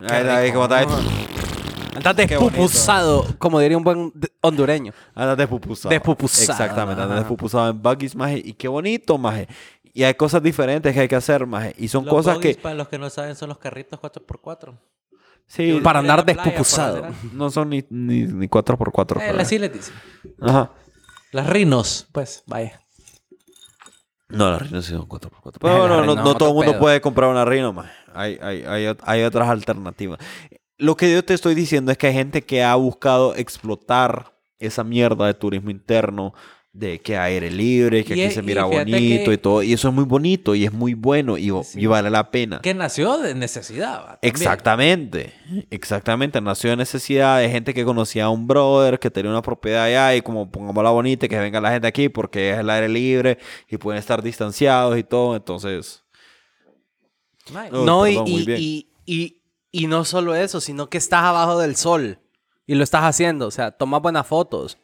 Ahí, ahí, rico. como tal. Andas Qué bonito. despupusado, como diría un buen de- hondureño. Andas despupusado. Despupusado. Ah, Exactamente, Ajá. andas despupusado en buggies, maje. Y qué bonito, maje. Y hay cosas diferentes que hay que hacer, maje. Y son Los cosas bogies, que... Para los que no saben, son los carritos 4x4. Sí, Para En la andar playa, por despupusado. hacer algo. no son ni, ni, ni 4x4. Eh, pero- así les dicen. Ajá. Las rinos, pues, vaya. No, las Rhinos sí son 4x4. Ah, Pero la bueno, no, Rhino no todo el mundo motopedo. puede comprar una Rhino más. Hay, hay, hay, ot- hay otras alternativas. Lo que yo te estoy diciendo es que hay gente que ha buscado explotar esa mierda de turismo interno de que aire libre, que Y aquí e- se y mira fíjate bonito que- y todo. Y eso es muy bonito y es muy bueno y, y vale la pena. Que nació de necesidad. va, también. Exactamente, exactamente. Nació de necesidad de gente que conocía a un brother que tenía una propiedad allá y como pongámosla bonita y que venga la gente aquí porque es el aire libre y pueden estar distanciados y todo. Entonces, Nice. Oh, no, y, perdón, muy y- bien. y- y- y no solo eso, sino que estás abajo del sol y lo estás haciendo. O sea, tomas buenas fotos.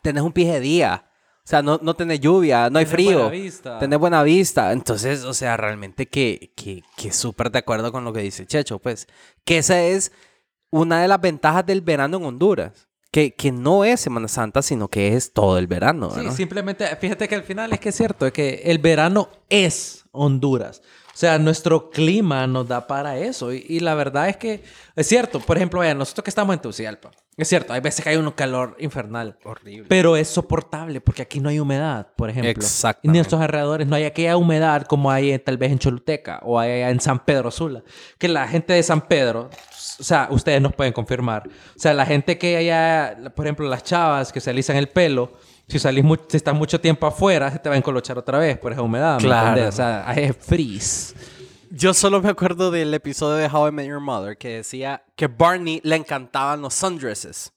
Tenés un pije de día. O sea, no, no tenés lluvia, no hay Tenés frío. buena vista. Tenés buena vista. Entonces, o sea, realmente que, que, que súper de acuerdo con lo que dice Checho, pues. Que esa es una de las ventajas del verano en Honduras. Que, que no es Semana Santa, sino que es todo el verano. Sí, ¿no? simplemente, fíjate que al final es que es cierto, es que el verano es Honduras. O sea, nuestro clima nos da para eso. Y, y la verdad es que es cierto. Por ejemplo, vaya, nosotros que estamos en Tegucigalpa. Es cierto, hay veces que hay un calor infernal. Horrible. Pero es soportable porque aquí no hay humedad, por ejemplo. Exactamente. Ni en estos alrededores no hay aquella humedad como hay eh, tal vez en Choluteca o hay allá en San Pedro Sula. Que la gente de San Pedro, o sea, ustedes nos pueden confirmar. O sea, la gente que allá, por ejemplo, las chavas que se alisan el pelo, si salís mu- si estás mucho tiempo afuera, se te va a encolochar otra vez por esa humedad. ¿me Claro. entendés? O sea, es freeze. Yo solo me acuerdo del episodio de How I Met Your Mother que decía que Barney le encantaban los sundresses.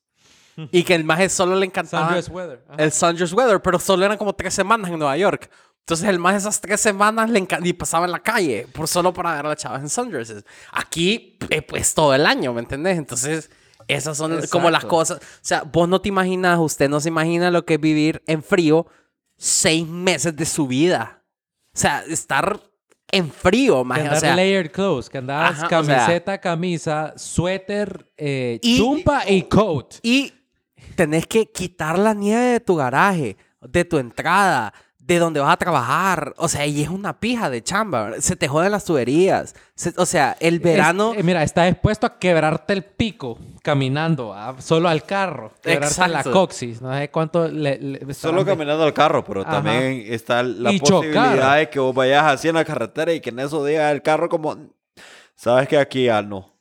Y que el maje solo le encantaba Sundress weather, ajá. Ah, el sundress weather, pero solo eran como tres semanas en Nueva York. Entonces el maje esas tres semanas le encan- y pasaba en la calle por solo para ver a las chavas en sundresses. Aquí, eh, pues todo el año, ¿me entendés? Entonces esas son como las Exacto. cosas. O sea, vos no te imaginas, usted no se imagina lo que es vivir en frío seis meses de su vida. O sea, estar en frío, Que maje. andar O sea, layered clothes, que andabas Ajá, o sea- camiseta, camisa, suéter, eh, Y- chumpa y coat. Y tenés que quitar la nieve de tu garaje, de tu entrada, de donde vas a trabajar. O sea, y es una pija de chamba. Se te joden las tuberías. Se- o sea, el verano. Es- eh, mira, estás expuesto a quebrarte el pico caminando, ¿ah? solo al carro. Quebrarte la Exacto. coxis. No sé cuánto le. le- solo caminando al carro, pero Ajá. también está la Y posibilidad chocar. de que vos vayas así en la carretera y que en eso diga el carro como, sabes que aquí ya no.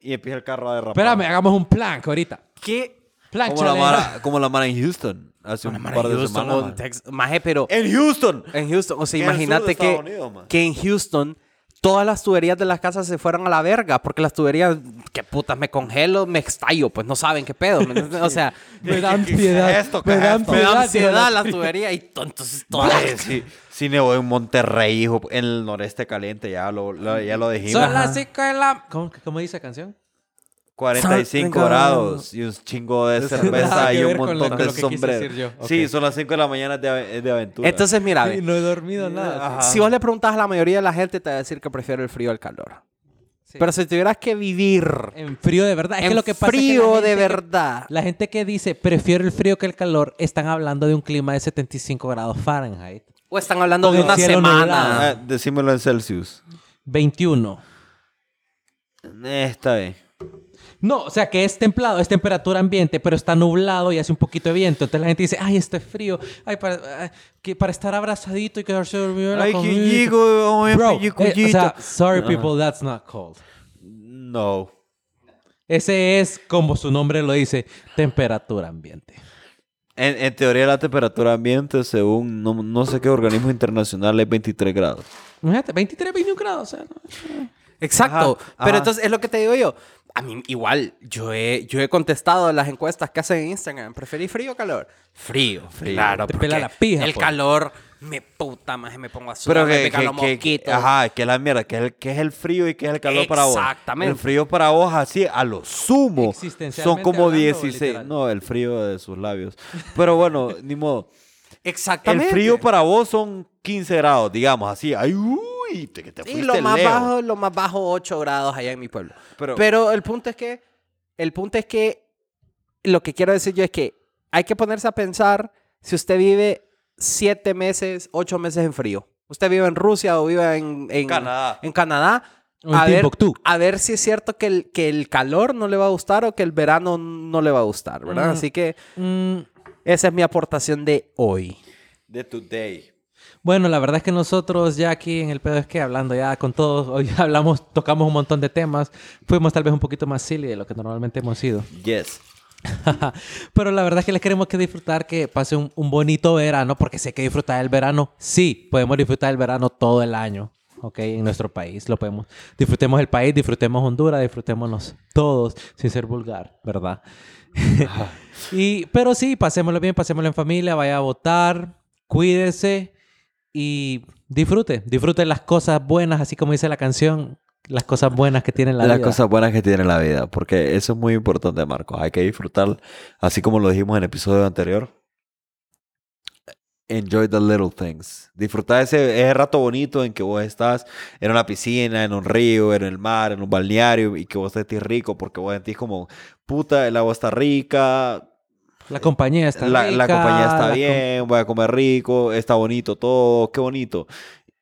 Y empieza el carro a derrapar. Espérame, hagamos un plank ahorita. ¿Qué? Plank, Como la, chalea. mara, como la mara en Houston. Hace un par de Houston, semanas. o en man. Texas. Maje, pero En Houston. en Houston, o sea, Que en el sur de imagínate que, Estados Unidos, man. que en Houston todas las tuberías de las casas se fueron a la verga porque las tuberías, que putas, me congelo, me estallo, pues no saben qué pedo. ¿me entiendes? O *laughs* sea, *laughs* Me dan ¿Qué es piedad. esto? ¿Qué me es dan esto? me piedad. da hijo ansiedad de- las tuberías y to- entonces todas. Vale, sí, sí me voy en Monterrey, hijo, en el noreste caliente, ya lo, lo- ya lo dijimos. Son las 5 de la. ¿Cómo, cómo dice la canción? 45 Son- grados y un chingo de cerveza que y un ver con montón lo- con de lo que quise sombreros. decir yo. Sí, Ok. son las 5 de la mañana de, ave- de aventura. Entonces, *laughs* mira, ve, Y no he dormido nada. Ajá. Si vos le preguntas a la mayoría de la gente, te va a decir que prefiere el frío al calor. Sí. Pero si tuvieras que vivir En frío de verdad. Es en que lo que pasa es que la frío de gente que- verdad. La gente que dice prefiero el frío que el calor están hablando de un clima de 75 grados Fahrenheit. O están hablando Con de el una cielo semana. Ah, decímelo en Celsius. 21. Esta vez. No, o sea que es templado, es temperatura ambiente, pero está nublado y hace un poquito de viento. Entonces la gente dice, ay, esto es frío. Ay, para, ay, que para estar abrazadito y quedarse dormido en la Ay, que comida". llego, ay, Bro, que eh, o llego. sea, sorry people, that's not cold. No. Ese es, como su nombre lo dice, temperatura ambiente. En, en teoría la temperatura ambiente, según no, no sé qué organismo internacional, es 23 grados. Imagínate, 23, 21 grados. O sea, ¿no? Exacto. Ajá, Pero ajá. entonces es lo que te digo yo. A mí igual, yo he, yo he contestado las encuestas que hacen en Instagram. ¿Preferí frío o calor? Frío, frío. Claro, Te porque pela la pija, pues. El po. calor me puta más, me pongo a sudar, Pero me que, pegan los que- que- mosquitos. ajá, que es la mierda, que es, el, que es el frío y que es el calor para vos. Exactamente. El frío para vos, así, a lo sumo. Son Existencialmente como hablando, 16. literal. No, el frío de sus labios. Pero bueno, *laughs* ni modo. El Exactamente. frío para vos son 15 grados, digamos, así. Ay, uy, te, que te Y fuiste lo más lejos. bajo, lo más bajo 8 grados allá en mi pueblo. Pero- Pero, el punto es que el punto es que lo que quiero decir yo es que hay que ponerse a pensar si usted vive 7 meses, 8 meses en frío. Usted vive en Rusia o vive en, en Canadá. En Canadá. O en a, ver, Timbuktu. a ver si es cierto que el, que el calor no le va a gustar o que el verano no le va a gustar, ¿verdad? Ujú. Así que Mm, esa es mi aportación de hoy. De today. Bueno, la verdad es que nosotros ya aquí en el pedo es que hablando ya con todos, hoy *laughs* hablamos, tocamos un montón de temas, fuimos tal vez un poquito más silly de lo que normalmente hemos sido. Yes. Pero la verdad es que les queremos que disfrutar, que pase un, un bonito verano, porque sé que disfrutar del verano, sí, podemos disfrutar del verano todo el año, ¿ok? En nuestro país, lo podemos. Disfrutemos el país, disfrutemos Honduras, disfrutémonos todos, sin ser vulgar, ¿verdad? *laughs* y, pero sí, pasémoslo bien, pasémoslo en familia, vaya a votar, cuídese y disfrute, disfrute las cosas buenas, así como dice la canción, las cosas buenas que tiene la las vida. cosas buenas que tiene la vida, porque eso es muy importante, Marco. Hay que disfrutar, así como lo dijimos en el episodio anterior. Enjoy the little things. Disfrutar ese, ese rato bonito en que vos estás en una piscina, en un río, en el mar, en un balneario y que vos te sentís rico porque vos sentís como, puta, el agua está rica, La compañía está la, la rica, compañía las está com- bien, voy a comer rico, está bonito todo, qué bonito.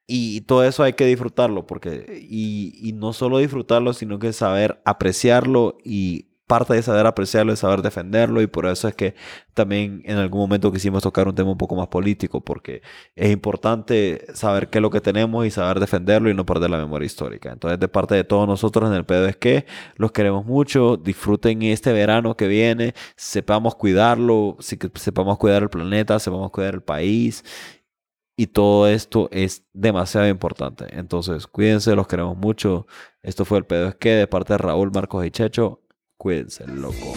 Y todo eso hay que disfrutarlo, porque, y, y no solo disfrutarlo, sino que saber apreciarlo y parte de saber apreciarlo es saber defenderlo y por eso es que también en algún momento quisimos tocar un tema un poco más político, porque es importante saber qué es lo que tenemos y saber defenderlo y no perder la memoria histórica. Entonces, de parte de todos nosotros en el pedo es que los queremos mucho, disfruten este verano que viene, sepamos cuidarlo, sí que sepamos cuidar el planeta, sepamos cuidar el país. Y todo esto es demasiado importante. Entonces, cuídense, los queremos mucho. Esto fue el pedo es que de parte de Raúl, Marcos y Checho, cuídense, loco.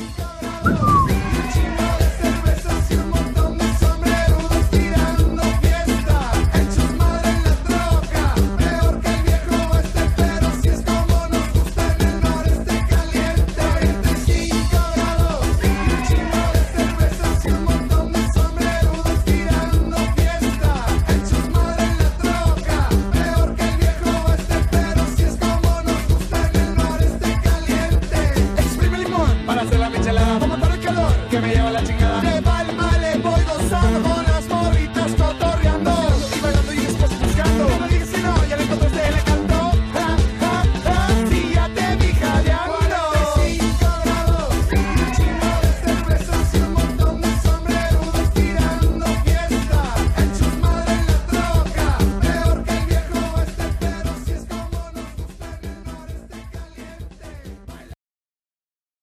Cervezas y un montón de sombrerudos tirando fiesta Hechos madre en la troca Peor que el viejo este Pero si es como nos gusta en el noreste caliente 35 grados Un chingo de cervezas y un montón de sombrerudos tirando fiesta Hechos madre en la troca Peor que el viejo este Pero si es como nos gusta en el noreste caliente Exprime limón para hacer la michelada Vamos a matar el calor que me lleva la chingada Me vale, vale, voy gozando con la este, este,